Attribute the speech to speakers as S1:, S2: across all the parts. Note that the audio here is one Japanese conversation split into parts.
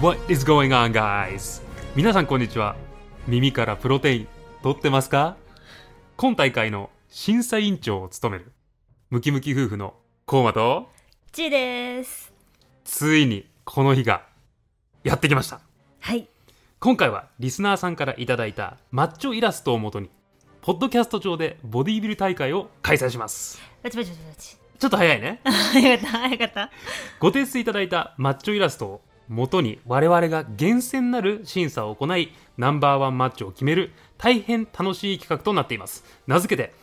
S1: What is going on, guys? 皆さんこんにちは。耳からプロテイン取ってますか今大会の審査委員長を務めるムキムキ夫婦のコウマと
S2: ちーです
S1: ついにこの日がやってきました。
S2: はい
S1: 今回はリスナーさんからいただいたマッチョイラストをもとにポッドキャスト上でボディビル大会を開催します
S2: バチバチバチバチ
S1: ちょっと早いね
S2: あよかった早かった
S1: ご提出いただいたマッチョイラストをもとに我々が厳選なる審査を行いナンバーワンマッチを決める大変楽しい企画となっています名付けて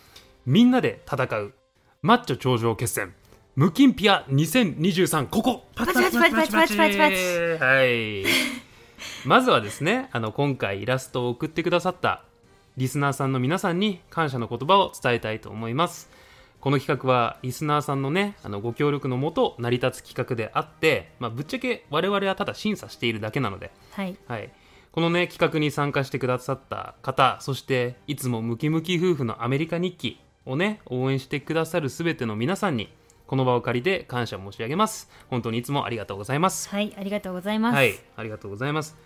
S1: みんなで戦うマッチョ頂上決戦ムキンピア2023ここパ
S2: チパチパチパチパチパチパチ
S1: はいまずはですねあの今回イラストを送ってくださったリスナーさんの皆さんに感謝の言葉を伝えたいと思いますこの企画はリスナーさんのねあのご協力のもと成り立つ企画であって、まあ、ぶっちゃけ我々はただ審査しているだけなので、
S2: はい
S1: はい、このね企画に参加してくださった方そしていつもムキムキ夫婦のアメリカ日記をね応援してくださる全ての皆さんにこの場を借りて感謝申し上げます本当にいつもありがとうございます
S2: はいありがとうございます
S1: はい、ありがとうございます。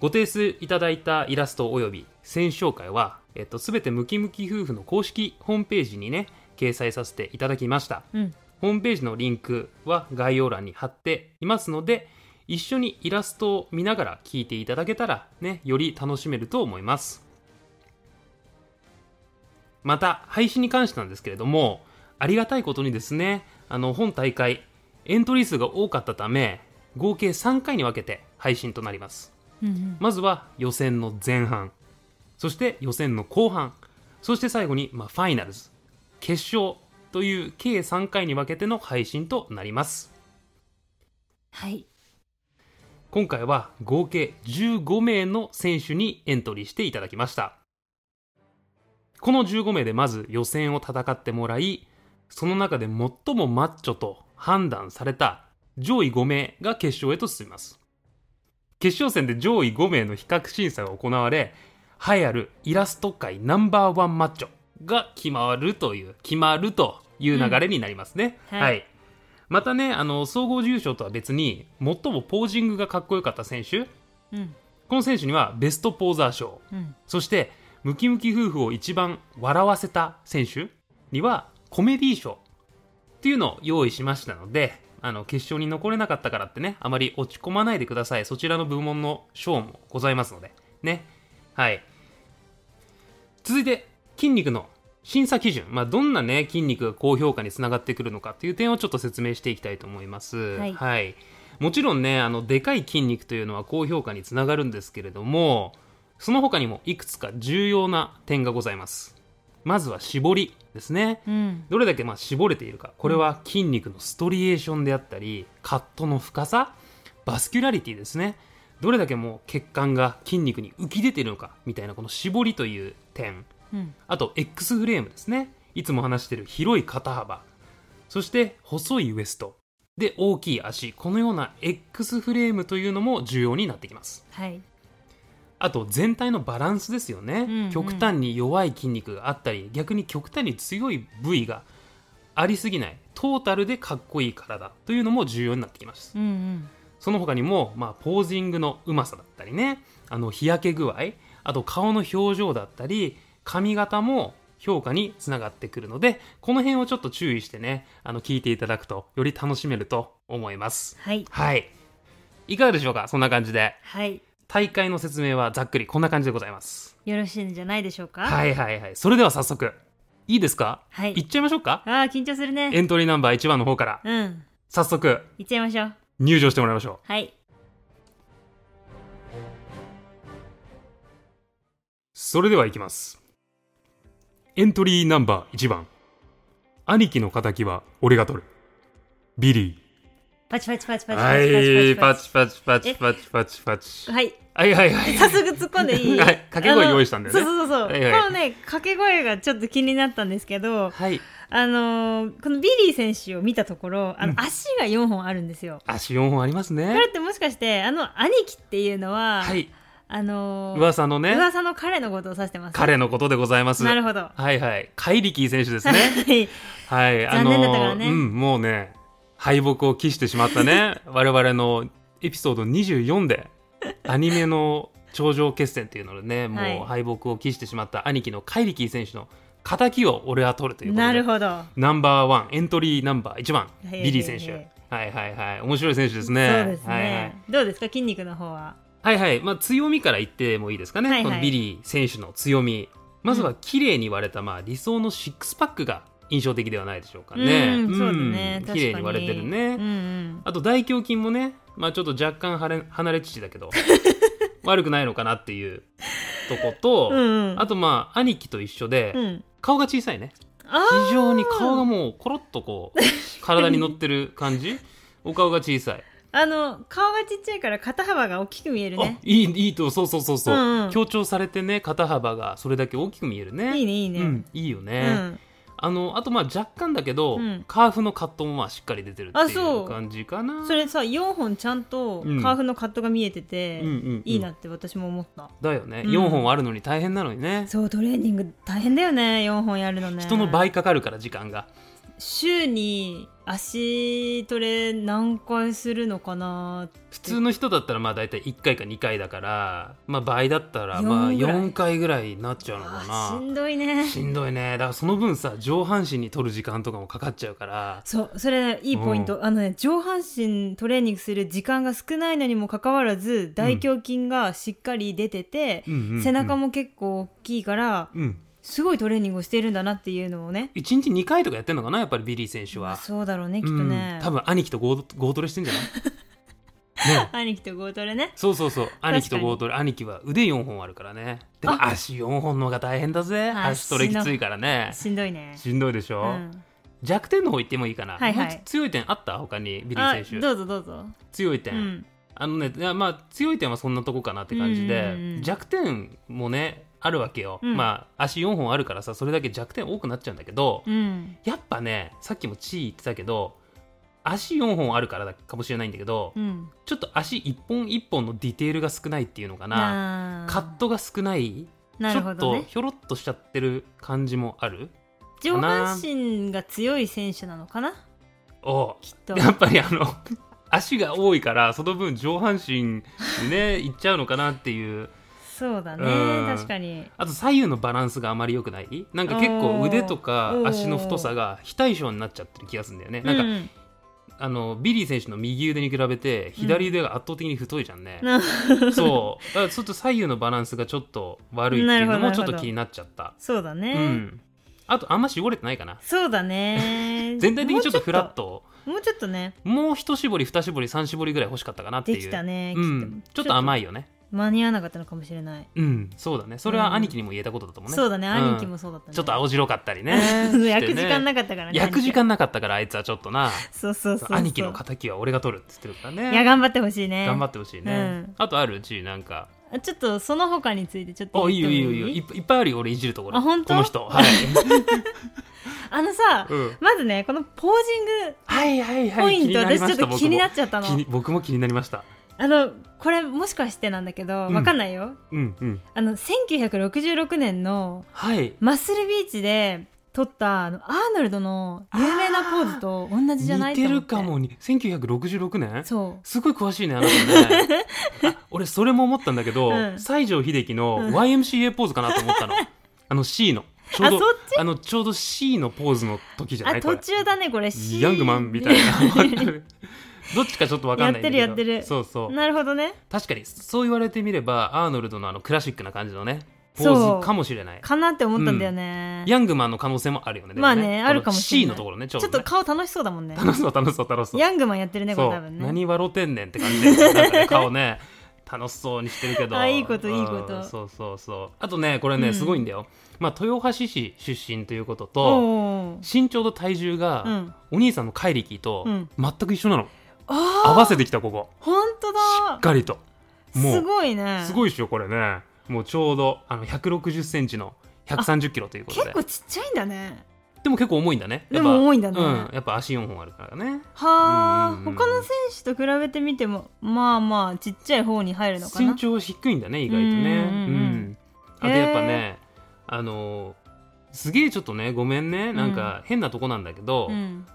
S1: ご提出いただいたイラストおよび選紹介は、えっと、すべてムキムキ夫婦の公式ホームページにね、掲載させていただきました。
S2: うん
S1: ホームページのリンクは概要欄に貼っていますので、一緒にイラストを見ながら聞いていただけたら、ね、より楽しめると思います。また、配信に関してなんですけれども、ありがたいことにですね、あの、本大会、エントリー数が多かったため、合計3回に分けて配信となります。
S2: うんうん
S1: まずは予選の前半、そして予選の後半、そして最後に、まあ、ファイナルズ、決勝という計3回に分けての配信となります。
S2: はい
S1: 今回は合計15名の選手にエントリーしていただきましたこの15名でまず予選を戦ってもらいその中で最もマッチョと判断された上位5名が決勝へと進みます決勝戦で上位5名の比較審査が行われ栄えあるイラスト界ナンバーワンマッチョが決まるという決まるという流れになりますね、
S2: うん
S1: は
S2: はい
S1: いまたねあの総合優勝とは別に最もポージングがかっこよかった選手
S2: うん
S1: この選手にはベストポーザー賞
S2: うん
S1: そしてムキムキ夫婦を一番笑わせた選手にはコメディー賞っていうのを用意しましたのであの決勝に残れなかったからってねあまり落ち込まないでくださいそちらの部門の賞もございますのでねはい続いて筋肉の審査基準、まあ、どんなね筋肉が高評価につながってくるのかっていう点をちょっと説明していきたいと思います、
S2: はい
S1: もちろんねあのでかい筋肉というのは高評価につながるんですけれどもその他にもいくつか重要な点がございますまずは絞りですね
S2: うん
S1: どれだけまあ絞れているかこれは筋肉のストリエーションであったりカットの深さバスキュラリティですねどれだけもう血管が筋肉に浮き出ているのかみたいなこの絞りという点
S2: うん
S1: あと X フレームですねいつも話してる広い肩幅そして細いウエストで大きい足このような X フレームというのも重要になってきます
S2: はい
S1: あと全体のバランスですよね、
S2: うんうん
S1: 極端に弱い筋肉があったり逆に極端に強い部位がありすぎないトータルでかっこいい体というのも重要になってきます、
S2: うんうん
S1: その他にも、まあ、ポージングのうまさだったりねあの日焼け具合あと顔の表情だったり髪型も評価につながってくるのでこの辺をちょっと注意してねあの聞いていただくとより楽しめると思います
S2: はい
S1: はいいかがでしょうかそんな感じで
S2: はい
S1: 大会の説明はざっくりこんな感じでございます
S2: よろしいんじゃないでしょうか
S1: はいいはいはいそれでは早速いいですか
S2: はい
S1: 行っちゃいましょうか
S2: あー緊張する
S1: エ
S2: ね
S1: ントリーナンバー1番の方から
S2: うん
S1: 早速
S2: いっちゃいましょう
S1: 入場してもらいましょ
S2: はい
S1: うそれでは行きますエントリーナンバー1番兄貴の敵は俺が取るビリ
S2: パチパチパチ
S1: ー
S2: パチパ
S1: は
S2: チ
S1: いパ
S2: パチ
S1: チパチパチパチパチパチ
S2: はい
S1: はいはいはい
S2: 早速突っ込んでいい
S1: はい掛け声用意したんだよね
S2: あのそうそうそう、
S1: はいはい
S2: このね掛け声がちょっと気になったんですけど
S1: はい
S2: あのーこのビリー選手を見たところあの、
S1: うん
S2: 足が4本あるんですよ。
S1: 足4本あります
S2: こ
S1: ね
S2: れってもしかしてあの兄貴っていうのは、
S1: はい
S2: あのー
S1: 噂のね
S2: 噂の彼のことを指してます。
S1: 彼のことでございます
S2: なるほど。
S1: はいはいカイリキー選手です
S2: は
S1: ね
S2: い
S1: はい、
S2: 残念だったからね
S1: う ん、もうね、敗北を喫してしまったね、我々のエピソード24でアニメの頂上決戦っていうのでね、
S2: はい
S1: もう敗北を喫してしまった兄貴のカイリキー選手の敵を俺は取るということで
S2: なるほど。
S1: ナンバーワンエントリーナンバー1番
S2: へー
S1: ビリー選手はいはいはい面白い選手ですね
S2: そうですね、どうですか筋肉の方は。
S1: はいはい、はいはいまあ、強みから言ってもいいですかね、
S2: はいはい
S1: このビリー選手の強みまずは綺麗に割れた、まあ、理想のシックスパックが印象的ではないでしょうかね
S2: うん、そうだね。
S1: うん
S2: 確か
S1: 綺麗に割れてるね、
S2: うんうん。
S1: あと大胸筋もね、まあ、ちょっと若干はれ離れ父だけ ど悪くないのかなっていうとこと、
S2: うんうん、
S1: あとまあ兄貴と一緒で、
S2: うん、
S1: 顔が小さいね
S2: あー
S1: 非常に顔がもうコロッと こう体に乗ってる感じお顔が小さい、
S2: あの顔がちっちゃいから肩幅が大きく見える
S1: あ
S2: ね。
S1: いいいいとそうそうそうそう、
S2: うんうん
S1: 強調されてね肩幅がそれだけ大きく見えるね
S2: いいねいいね。
S1: うん、いいよ
S2: う
S1: ね、
S2: ん
S1: あのあとまあ若干だけど、
S2: うん
S1: カーフのカットもまあしっかり出てるって
S2: あ
S1: い
S2: そう
S1: う感じかな
S2: それさ4本ちゃんと
S1: うん
S2: カーフのカットが見えてて、
S1: うんうんうん
S2: いいなって私も思った。
S1: だよね、
S2: うん
S1: 4本あるのに大変なのにね
S2: そうトレーニング大変だよね4本やるのね。
S1: 人の倍かかるから時間が
S2: 週に足トレ何回するのかな
S1: 普通の人だったらまあ大体1回か2回だから、まあ、倍だったら
S2: 四
S1: まあ
S2: ぐらい
S1: 4回ぐらいになっちゃうの
S2: あー
S1: か
S2: しんどいね
S1: なしんどいねだからその分さ上半身に取る時間とかもかかっちゃうから
S2: そうそれねいいポイント、あのね上半身トレーニングする時間が少ないのにもかかわらず大胸筋がしっかり出てて、
S1: うんうんうん
S2: 背中も結構大きいから
S1: うん
S2: すごいトレーニングをしているんだなっていうのをね
S1: 1日2回とかやってんのかなやっぱりビリー選手は、
S2: そうだろうねきっとね、
S1: うん多分兄貴とゴーゴートレしてんじゃないね
S2: 兄貴とゴートレね
S1: そうそうそう兄貴と
S2: 確かに
S1: ゴートレ兄貴は腕4本あるからねでも
S2: あ
S1: 足4本の方が大変だぜ
S2: あ
S1: 足トレきついからね
S2: しんどいね、
S1: しんどいでし
S2: う
S1: ょ、
S2: ん、
S1: 弱点の方言ってもいいかな、
S2: はいは
S1: も
S2: い
S1: うちょっと強い点あった他にビリ
S2: あ
S1: ー選手
S2: どうぞどうぞ、
S1: 強いう点、
S2: ん、
S1: あのねいやまあ強い点はそんなとこかなって感じで、
S2: うんうんうん
S1: 弱点もねあるわけよ、
S2: うん
S1: まあ足4本あるからさそれだけ弱点多くなっちゃうんだけど、
S2: うん
S1: やっぱねさっきも地位言ってたけど足4本あるからだかもしれないんだけど、
S2: うん
S1: ちょっと足1本1本のディテールが少ないっていうのかな、
S2: あー
S1: カットが少ない
S2: な
S1: ち
S2: る
S1: ょ
S2: ほ
S1: っ
S2: ど、
S1: と
S2: ね、
S1: ひょろっとしちゃってる感じもある
S2: 上半身が強い選手なのかな
S1: おう
S2: きっと
S1: やっぱりあの足が多いからその分上半身にねいっちゃうのかなっていう
S2: そうだね
S1: うん
S2: 確かに
S1: あと左右のバランスがあまり良くないなんか結構
S2: おー
S1: 腕とか
S2: おー
S1: 足の太さが非対称になっちゃってる気がするんだよねなんか、
S2: うん
S1: あのビリー選手の右腕に比べて左腕が圧倒的に太いじゃんね、
S2: な
S1: そうだからちょっと左右のバランスがちょっと悪いっていうの
S2: な
S1: も
S2: る
S1: ち
S2: ほ
S1: ょっ
S2: ど
S1: と気になっちゃった、
S2: そうだね、
S1: うんあとあんま絞れてないかな
S2: そうだね
S1: 全体的にちょっとフラット
S2: もうちょっとね
S1: もう一絞り二絞り三絞りぐらい欲しかったかなってい
S2: で
S1: う
S2: きたね、
S1: うん
S2: きっ、
S1: ちょ
S2: と
S1: っと甘いよね
S2: 間に合わなかったのかもしれない、
S1: うんそうだねそれは兄貴にも言えたことだと思うね、
S2: そうだね、
S1: ん
S2: 兄貴もそうだったね
S1: ちょっと青白かった りね
S2: 焼く時間
S1: か
S2: なかったからね
S1: 焼く時
S2: 兄貴
S1: 間なかったからあいつはちょっとな
S2: そうそうそうそう
S1: 兄貴の敵は俺が取るって言ってるから
S2: いや
S1: ね
S2: 頑張ってほしいね
S1: 頑張ってほしいね、
S2: うん
S1: あとあるうちなんか
S2: ちょっとその他についてちょっと
S1: あい
S2: 言
S1: い
S2: って
S1: よ
S2: も
S1: いいよいいよいっぱいいっぱいあるよ俺いじるところ
S2: あ本当
S1: この人 はい、
S2: あのさ、
S1: うん
S2: まずねこのポージング
S1: はいはいはい
S2: ポイント、私ちょっと気にな
S1: っ
S2: っちゃった
S1: た僕も
S2: の
S1: 気に僕も気になりました
S2: あのこれもしかしてなんだけど、
S1: うん
S2: わかんないよ
S1: うんうん
S2: あの1966年の
S1: はい
S2: マッスルビーチで撮ったあのアーノルドの有名なポーズと同じじゃない
S1: 似てるかもに1966年
S2: そ
S1: すごい詳しいねあなた ねあ俺それも思ったんだけど、
S2: うん
S1: 西城秀樹の
S2: うん
S1: YMCA ポーズかなと思ったのあの C のちょうど
S2: あそっ
S1: あのちょうど C のポーズの時じ
S2: う
S1: ゃな
S2: あ
S1: いこ
S2: 途
S1: れ
S2: 中だねこれ
S1: ヤングマンみたい などっちかちょっとわかんないんだけど
S2: やってるやってる
S1: そうそう
S2: なるほどね
S1: 確かにそう言われてみればアーノルドのあのクラシックな感じのねポ
S2: そ
S1: ー
S2: う
S1: ズかもしれない
S2: かなって思ったんだよね、
S1: ヤングマンの可能性もあるよねで
S2: まあねあるかもしれな
S1: こ
S2: い
S1: の C のところねちょう
S2: ちょ
S1: ど
S2: っ
S1: ね
S2: と顔楽しそうだもんね
S1: 楽しそう楽しそう楽しそう
S2: ヤングマンやってるねこ
S1: そ
S2: れ
S1: う
S2: 多分ね
S1: 何笑てんねんって感じでなんかね顔ね楽しそうにしてるけど
S2: あいいこと
S1: うん
S2: いいこと
S1: そうそうそうあとねこれね、
S2: うん
S1: すごいんだよまあ豊橋市出身ということと
S2: おー
S1: 身長と体重が、
S2: うん
S1: お兄さんの怪力と
S2: うん
S1: 全く一緒なの、
S2: あ
S1: 合わせてきたここ
S2: 本当
S1: しっ
S2: だ
S1: かりともう
S2: すごいね
S1: すごいっしょこれねもうちょうどあの1 6 0ンチの1 3 0キロということ
S2: 結
S1: で
S2: 構ちっちゃいんだね
S1: でも結構重いんだねやっぱ
S2: でも重いんだね
S1: うん、やっぱ足4本あるからね
S2: は
S1: う
S2: あ、
S1: んうんうん
S2: 他の選手と比べてみてもまあまあちっちゃい方に入るのかな
S1: 身長低いんだね意外とね
S2: うんうんうん
S1: うんあとやっぱねあのすげえちょっとねごめんねなんか変なとこなんだけど、
S2: うん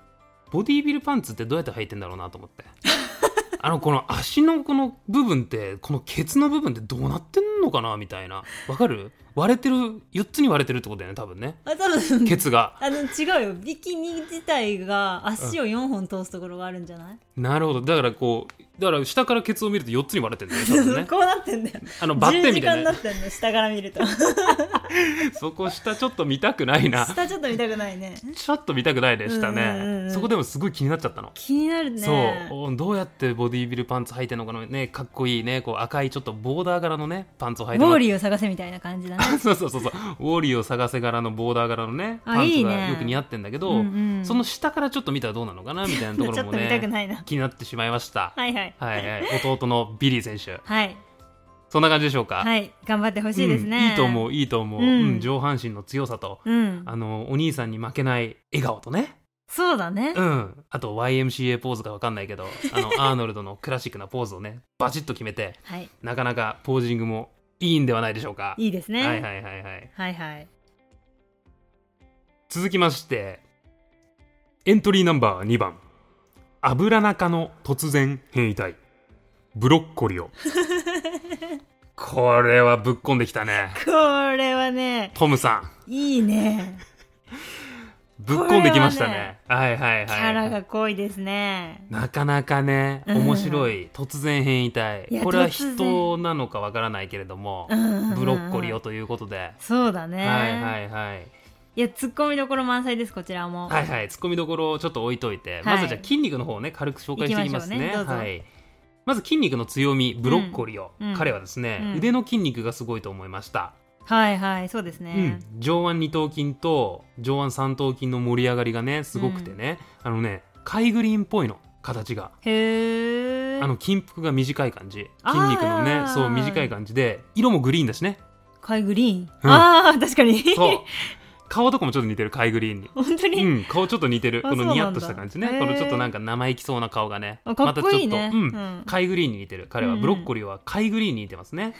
S1: ボディービルパンツってどうやって履いてんだろうなと思って あのこの足のこの部分ってこのケツの部分ってどうなってんのかなみたいなわかる割れてる4つに割れてるってことだよね多分ね
S2: あ多分
S1: ケツが
S2: あの違うよビキニ自体が足を4本通すところがあるんじゃない、
S1: なるほどだからこうだから下からケツを見ると4つに割れてるん だよね多分ね
S2: こうなってんだよ
S1: あのバッテンみたい
S2: 十字架に
S1: な
S2: な
S1: ね
S2: ってんだよ下から見ると
S1: そこ下ちょっと見たくないな
S2: 下ちょっと見たくないね
S1: ちょっと見たくないでした
S2: うんうんうんう
S1: ね
S2: ん
S1: そこでもすごい気になっちゃったの
S2: 気になるね
S1: そうおどうやってボディービルパンツ履いてんのかなねかっこいいねこう赤いちょっとボーダー柄のねパンツを履
S2: ウ
S1: いて
S2: ォ
S1: も
S2: ー
S1: ら
S2: リーを探せみたいな感じだね
S1: そうそうそうそうウォーリーを探せ柄のボーダー柄のね
S2: あ
S1: パン
S2: い
S1: ツ
S2: い
S1: が
S2: ね
S1: よく似合ってんだけど
S2: うんうん
S1: その下からちょっと見たらどうなのかなみたいな
S2: ち
S1: と
S2: ょ
S1: こ
S2: っと
S1: ろも
S2: 見たく
S1: ね
S2: ないな
S1: 気になってしまいました
S2: はいはい
S1: はいはい弟のビリー選手
S2: はい、
S1: そんな感じでしょうか
S2: はい、頑張ってほしいですね、
S1: うんいいと思ういいと思う、
S2: うん
S1: うん上半身の強さと
S2: うん
S1: あのお兄さんに負けない笑顔とね
S2: そうだね、
S1: うんあと YMCA ポーズかわかんないけどあ のアーノルドのクラシックなポーズをねバチッと決めて
S2: はい
S1: なかなかポージングもいいんではないでしょうか
S2: いいですね
S1: はいはいはいはい
S2: はいはい
S1: 続きましてエントリーナンバー2番油中の突然変異体ブロッコ リオこれはぶっこんできたね
S2: これはね
S1: トムさん
S2: いいね
S1: ぶっこんできましたねはいはいはい
S2: キャラが濃いですね、
S1: なかなかね
S2: うん
S1: 面白い、突然変異体
S2: いや
S1: これは
S2: 突然
S1: 人なのかわからないけれども
S2: うんうんうんうん
S1: ブロッコリオということで、
S2: そうだね、
S1: はいはいはい
S2: いやツッコミどころ満載ですこちらも、
S1: はいはい、ツッコミどころをちょっと置いといて、
S2: い
S1: まずじゃあ筋肉の方をね軽く紹介していきますね
S2: いきましょうねどうぞ
S1: はい、まず筋肉の強みブロッコリーを、
S2: うんうん
S1: 彼はですね、
S2: うん
S1: 腕の筋肉がすごいと思いました、
S2: はいはいそうです
S1: う
S2: ね
S1: ん、上腕二頭筋と上腕三頭筋の盛り上がりがねすごくてね、あのねカイグリーンっぽいの形が
S2: へえ
S1: あの筋腹が短い感じ
S2: あー
S1: 筋肉のねそう短い感じで色もグリーンだしね
S2: カイグリーン、
S1: うん
S2: ああ確かに、
S1: そう顔とかもちょっと似てるカイグリーンに
S2: 本当に、
S1: うん、顔ちょっと似てる
S2: あ
S1: こ
S2: そう
S1: の
S2: なんだ
S1: ニヤッとした感じね
S2: へー
S1: このちょっとなんか生意気そうな顔がね
S2: あかっこいいね
S1: またちょっと、
S2: う
S1: うん
S2: ん
S1: カイグリーンに似てる彼は
S2: うんうん
S1: ブロッコリーはカイグリーンに似てます ね、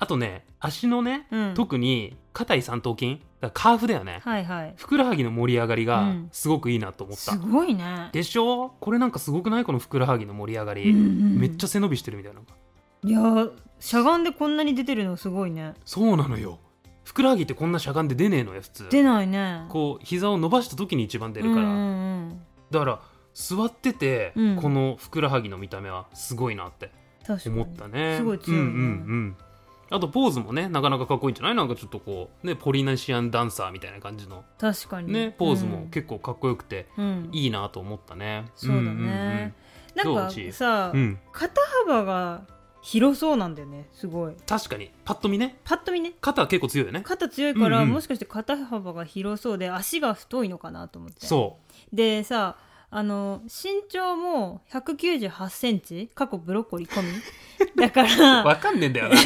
S1: あとね足のね、
S2: うん
S1: 特に肩い三頭筋だからカーフだよね
S2: はいはい
S1: ふくらはぎの盛り上がり
S2: う
S1: が
S2: ん
S1: すごくいいなと思った、
S2: すごいね
S1: でしょこれなんかすごくないこのふくらはぎの盛り上がり、
S2: うんうん
S1: めっちゃ背伸びしてるみたいない
S2: やしゃがんでこんなに出てるのすごいね
S1: そうなのよふくらはぎってこんなしゃがんで出ねえのよ普通
S2: 出ないね
S1: こう膝を伸ばした時に一番出るから、
S2: うんうんうん
S1: だから座ってて、
S2: うん
S1: このふくらはぎの見た目はすごいなって
S2: 確かに
S1: 思ったね
S2: すごい強いね
S1: うんうんうんあとポーズもねなかなかかっこいいんじゃないなんかちょっとこうねポリナシアンダンサーみたいな感じの
S2: 確かに
S1: ねポーズも結構かっこよくて
S2: 構、うん
S1: いいなと思ったね、
S2: そうだね、
S1: どう
S2: なんか
S1: ち
S2: さ、
S1: うんうんうん、うん
S2: 肩幅が広そうなんだよねすごい
S1: 確かにパッと見ね
S2: パッと見ね
S1: 肩は結構強いよね
S2: 肩強いから、
S1: うんうん
S2: もしかして肩幅が広そうで足が太いのかなと思って
S1: そ
S2: でさあの身長も1 9 8センチ過去ブロッコリ ー込みだか
S1: う
S2: ら
S1: わかんねえんだ よな、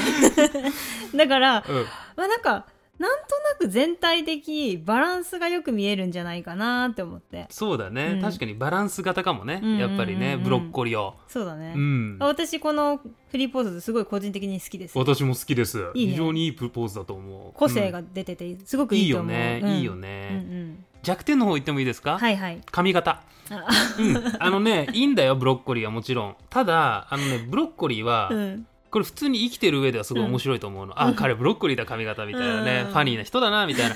S2: だから
S1: うん
S2: まあなんかなんとなく全体的バランスがよく見えるんじゃないかなって思って
S1: そうだね、
S2: うん
S1: 確かにバランス型かもね、
S2: うんうんうんうん
S1: やっぱりねブロッコリーを
S2: そうだね、
S1: うん
S2: あ私このフリーポーズすごい個人的に好きです
S1: 私も好きです
S2: いいね
S1: 非常にいいプロポーズだと思う
S2: 個性
S1: う
S2: が出ててすご
S1: ん
S2: く
S1: い
S2: い
S1: い
S2: いと
S1: よ
S2: 思う、
S1: ね、
S2: うん
S1: いいよ
S2: うんう
S1: ね、
S2: ん
S1: 弱点の方言ってもいいですか、
S2: はいはい
S1: 髪型
S2: あ
S1: うんあのねいいんだよブロッコリーはもちろんただあのねブロッコリーは、
S2: うん
S1: これ普通に生きてる上ではすごい面白いと思うの、あ彼ブロッコリーだ髪型みたいなね、
S2: うん
S1: ファニーな人だなみた いな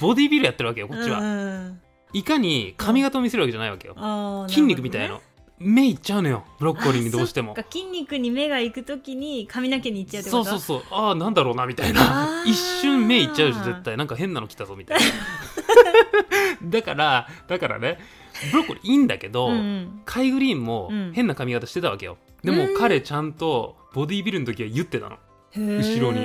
S1: ボディービルやってるわけよこっちは、
S2: うんうん
S1: いかに髪型を見せるわけじゃないわけよ、
S2: あー
S1: 筋肉みたい
S2: る
S1: の目いっちゃうのよブロッコリーにどうして
S2: ほ
S1: も
S2: どねそっか筋肉に目が行くときに髪の毛に行っちゃうって
S1: そ
S2: こ
S1: う
S2: と
S1: そうそうああなんだろうなみたいな
S2: あー
S1: 一瞬目いっちゃうし絶対なんか変なの来たぞみ たいなだからだからねブロッコリーいいんだけど、
S2: うんうん
S1: カイグリーンも
S2: うん
S1: 変な髪型してたわけよ、でも彼ちゃんとボディービルの時は言ってたの後ろに
S2: へ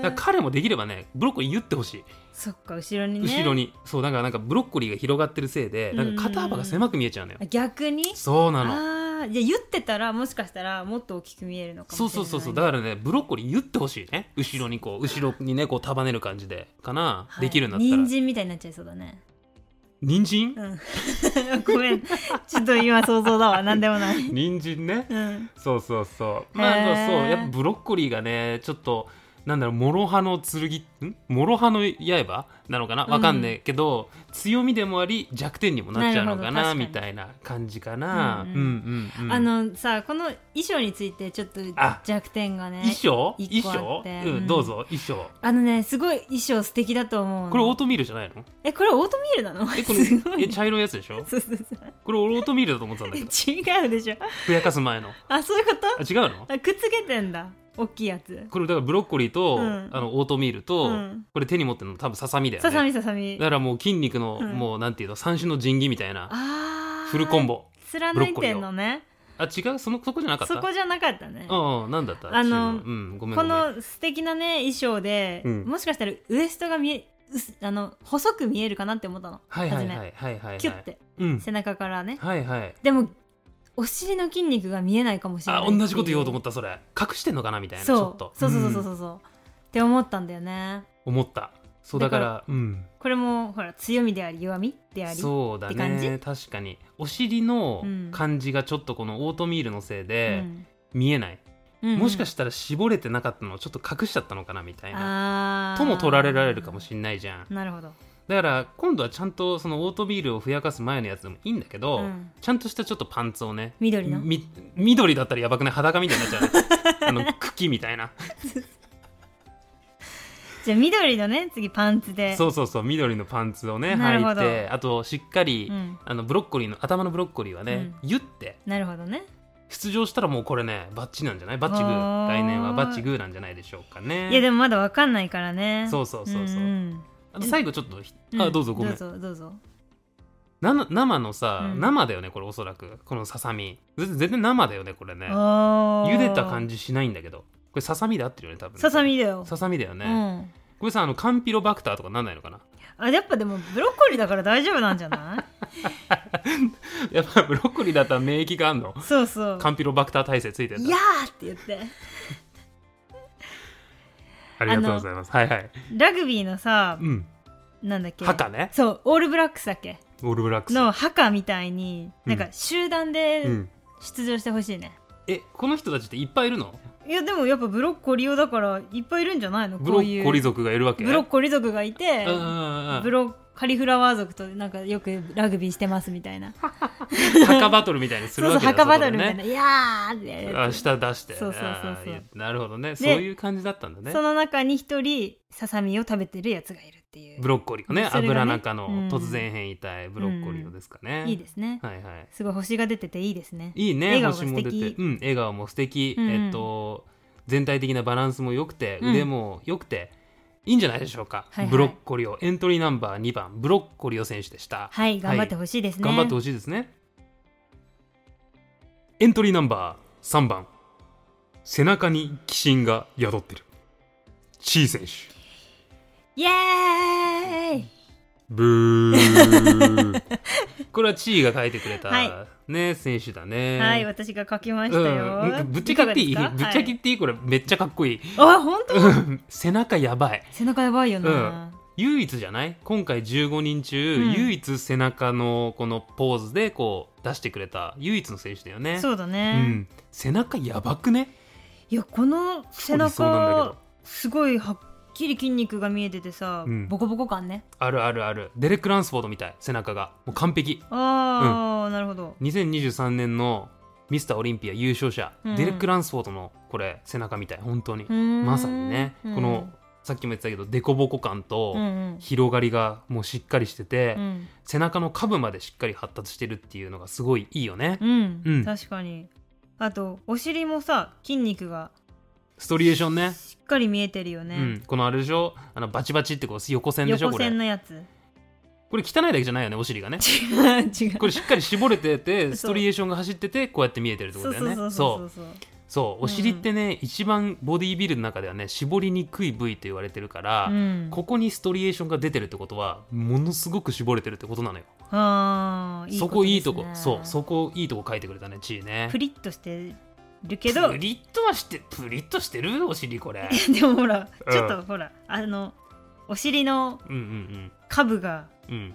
S2: ー
S1: だから彼もできればねブロッコリー言ってほしい、
S2: そっか後ろにね
S1: 後ろにそうだからなんかブロッコリーが広がってるせいでなんか肩幅が狭く見えちゃうのよ、
S2: あ逆に
S1: そうなの
S2: ああーじゃあ言ってたらもしかしたらもっと大きく見えるのかもしれ
S1: そ
S2: な
S1: う
S2: い
S1: そうそうそうだからねブロッコリー言ってほしいね後ろにこう後ろにねこう束ねる感じでかな、
S2: はい
S1: できるんだったら
S2: 人参みたいになっちゃいそうだね
S1: 人参
S2: うんごめんち ょっと今想像だわ何でもない
S1: 人参ね
S2: うん
S1: そうそうそうまあ
S2: へー
S1: そうそうやっぱブロッコリーがねちょっとなんだろう諸刃の剣ん諸刃の刃なのかなわかんないけど、強みでもあり弱点にもなっちゃうのか
S2: なる
S1: な
S2: ほど確かに
S1: みたいな感じかな、
S2: う
S1: うんん
S2: う
S1: うんんうん
S2: あのさこの衣装についてちょっと
S1: あ
S2: 弱点がね
S1: 衣装
S2: 一
S1: 衣
S2: 個あ
S1: 装、
S2: って
S1: うん、どうぞ衣装
S2: あのねすごい衣装素敵だと思うの
S1: これオートミールじゃないの
S2: えこれオートミールなの
S1: えこ
S2: すご
S1: の
S2: い
S1: え茶色いやつでしょ
S2: そうそうそう
S1: これオートミールだと思ってたんだけど
S2: 違うでしょ
S1: ふやかす前の
S2: あそういうこ
S1: あ
S2: と
S1: 違うの
S2: あくっつけてんだ大きいやつ
S1: これだからブロッコリーと、
S2: うん
S1: あのオートミールと、
S2: うん
S1: これ手に持ってるの多分ささみだよね
S2: ささみささみ
S1: だからもう筋肉の、
S2: うん
S1: もうなんていうの三種の神器みたいな
S2: あー
S1: フルコンボ
S2: 貫いてんのね
S1: あ違うそのそこじゃなかった
S2: そこじゃなかったね
S1: ああなんだった
S2: あの
S1: チームうんごめん
S2: こ
S1: ごめん
S2: の素敵なね衣装で、
S1: うん
S2: もしかしたらウエストが見えうすあの細く見えるかなって思ったの、
S1: はいはい
S2: 初め
S1: はいはいはいはい
S2: キュッて
S1: うん
S2: 背中からね、
S1: はいはい
S2: でもお尻の筋肉が見えないかもしれない
S1: あ同じこと言おうと思
S2: っ
S1: ったそれ隠してんのかなみたいなち
S2: そう
S1: ょっと
S2: そうそうそうそううんそう、って思ったんだよね
S1: 思ったそうだからうん
S2: これもほら強みであり弱みであり
S1: そうだ
S2: って
S1: ね確かにお尻の
S2: うん
S1: 感じがちょっとこのオートミールのせいで
S2: ん
S1: 見えない、
S2: うんうん
S1: もしかしたら絞れてなかったのをちょっと隠しちゃったのかなみたいな
S2: あー
S1: とも取られられるかもしれないじゃん
S2: なるほど、
S1: だから今度はちゃんとそのオートミールをふやかす前のやつでもいいんだけど、
S2: うん
S1: ちゃんとしたちょっとパンツをね
S2: 緑の
S1: み緑だったらやばくない裸みたいになっちゃう ねあの茎みたいな
S2: じゃあ緑のね次パンツで
S1: そうそうそう緑のパンツをね
S2: なる
S1: 履
S2: ほ
S1: い
S2: ど
S1: てあとしっかり、
S2: うん
S1: あのブロッコリーの頭のブロッコリーはね、ゆって
S2: なるほどね
S1: 出場したらもうこれねバッチなんじゃないバッチグ
S2: あ
S1: ー
S2: ー
S1: 概念はバッチグーなんじゃないでしょうかね
S2: いやでもまだわかんないからね
S1: そうそうそうそう、
S2: ん
S1: あと最後ちょっとひ、
S2: ん
S1: あどうぞごめん
S2: どうぞどうぞ
S1: なな生のさ、
S2: うん
S1: 生だよねこれおそらくこのささみ全全然生だよねこれね茹
S2: 茹
S1: でた感
S2: じ
S1: じしないんだけどこれささみで合ってるよね多分ね
S2: ささみだよ、
S1: ささみだよ
S2: う
S1: ね、
S2: ん
S1: これさあのカンピロバクターとかなんないの かな
S2: あやっぱでもブロッコリーだから大丈夫なんじゃな
S1: やっぱブロッコリーだったら免疫があんの
S2: いそうそう
S1: カンピロバクター体制ついて
S2: い
S1: た
S2: やーって言って
S1: ありがとうございますはいはい
S2: ラグビーのさ
S1: うん
S2: なんだっけ
S1: 墓ね
S2: そうオールブラックスだっけ
S1: オールブラックス
S2: のハカみたいに
S1: う
S2: なん
S1: ん
S2: か集団
S1: う
S2: で
S1: ん、
S2: 出場してほしいね、
S1: えこの人たちっていっぱいいるの
S2: いやでもやっぱブロッコリー用だからいっぱいいるんじゃないの
S1: ブロ
S2: こうい
S1: ッ
S2: う
S1: コリー族がいるわけ
S2: ブロッコリー族がいて
S1: うんうんうん
S2: ブロカリフラワー族となんかよくラグビーしてますみたいな
S1: 墓バトルみたいにす
S2: そ
S1: る
S2: うそう
S1: わけだ
S2: 墓バトルみ
S1: そこ
S2: た
S1: でね
S2: いな、いやーってやるや
S1: あ
S2: つ
S1: 下出して
S2: そうそうそうそう
S1: あーなるほどねそう
S2: で
S1: いう感じだったんだね
S2: その中に一人ささみを食べてるやつがいるっていう
S1: ブロッコリーがね
S2: それがね
S1: 油中の
S2: うん
S1: 突然変異体ブロッコリーをですかね、
S2: いいですね、
S1: はいはい
S2: すごい星が出てていいですね
S1: いいね
S2: 笑顔が
S1: 星も出て
S2: 素敵
S1: うん、笑顔も素敵、
S2: うんうん
S1: えっと全体的なバランスも良くて
S2: うん
S1: 腕も良くて、いいんじゃないでしょうか、
S2: はいはい
S1: ブロッコリオエントリーナンバー2番ブロッコリオ選手でした、
S2: はい頑張ってほしいですね、
S1: 頑張ってほしいですねエントリーナンバー3番背中に鬼神が宿ってるチー選手
S2: イエーイ
S1: ブ ーこれはチーが書いてくれた、
S2: は
S1: ね選手だね
S2: はい、私が書きましたよ。
S1: うん、ぶっちゃけっていい
S2: かが
S1: ぶっちゃけ
S2: で
S1: っていいこれめっちゃかっこいい
S2: すかはいあ、本当。
S1: 背中やばい
S2: 背中やばいよな。
S1: 唯一じゃない今回15人中、
S2: うん
S1: 唯一背中のこのポーズでこう出してくれた唯一の選手だよね
S2: そうだ
S1: う
S2: ね。
S1: ん、背中やばくね
S2: いや、この背
S1: 太りそうなんだけ
S2: 中
S1: ど。
S2: すごいはっきり筋肉が見えててさ
S1: う、ん
S2: ボコボコ感ね。
S1: あるあるあるデレック・ランスフォードみたい背中がもう完璧
S2: ああ、なるほど。
S1: 2023年のミスターオリンピア優勝者、
S2: うん
S1: デレック・ランスフォードのこれ背中みたい本当に、
S2: ま
S1: まさにね、この。さっきも言ってたけどデコボコ感と
S2: うんうん
S1: 広がりがもうしっかりしてて、
S2: うん
S1: 背中の下部までしっかり発達してるっていうのがすごいいいよね、
S2: うん
S1: うん
S2: 確かに。あと、お尻もさ、筋肉が
S1: ストリエーションね
S2: しっかり見えてるよ
S1: う
S2: ね
S1: ん。、このあれでしょあのバチバチってこう横線でしょ
S2: 横
S1: これ
S2: 線のやつ。
S1: これ汚いだけじゃないよねお尻がね
S2: 違う、違う
S1: こ。れしっかり絞れて
S2: そう
S1: てストリエーションが走っててこうやって見えてるってこと
S2: そう
S1: だ
S2: そ
S1: よ
S2: う
S1: ね
S2: そ
S1: そうう
S2: そ
S1: そうう
S2: そう。
S1: お尻ってね、一番ボディービルの中ではね絞りにくい部位と言われてるから、
S2: うん
S1: ここにストリエーションが出てるってことはものすごく絞れてるってことなのよ
S2: あー
S1: そこいいと
S2: で
S1: こ
S2: すね
S1: そうそこいいとこ書いてくれたねチーね
S2: プリッとしてるけど
S1: プリッとはしてプリッとしてるお尻これ
S2: でもほら
S1: うん
S2: ちょっとほら、あのお尻の
S1: うんうん
S2: 下部が
S1: うんうん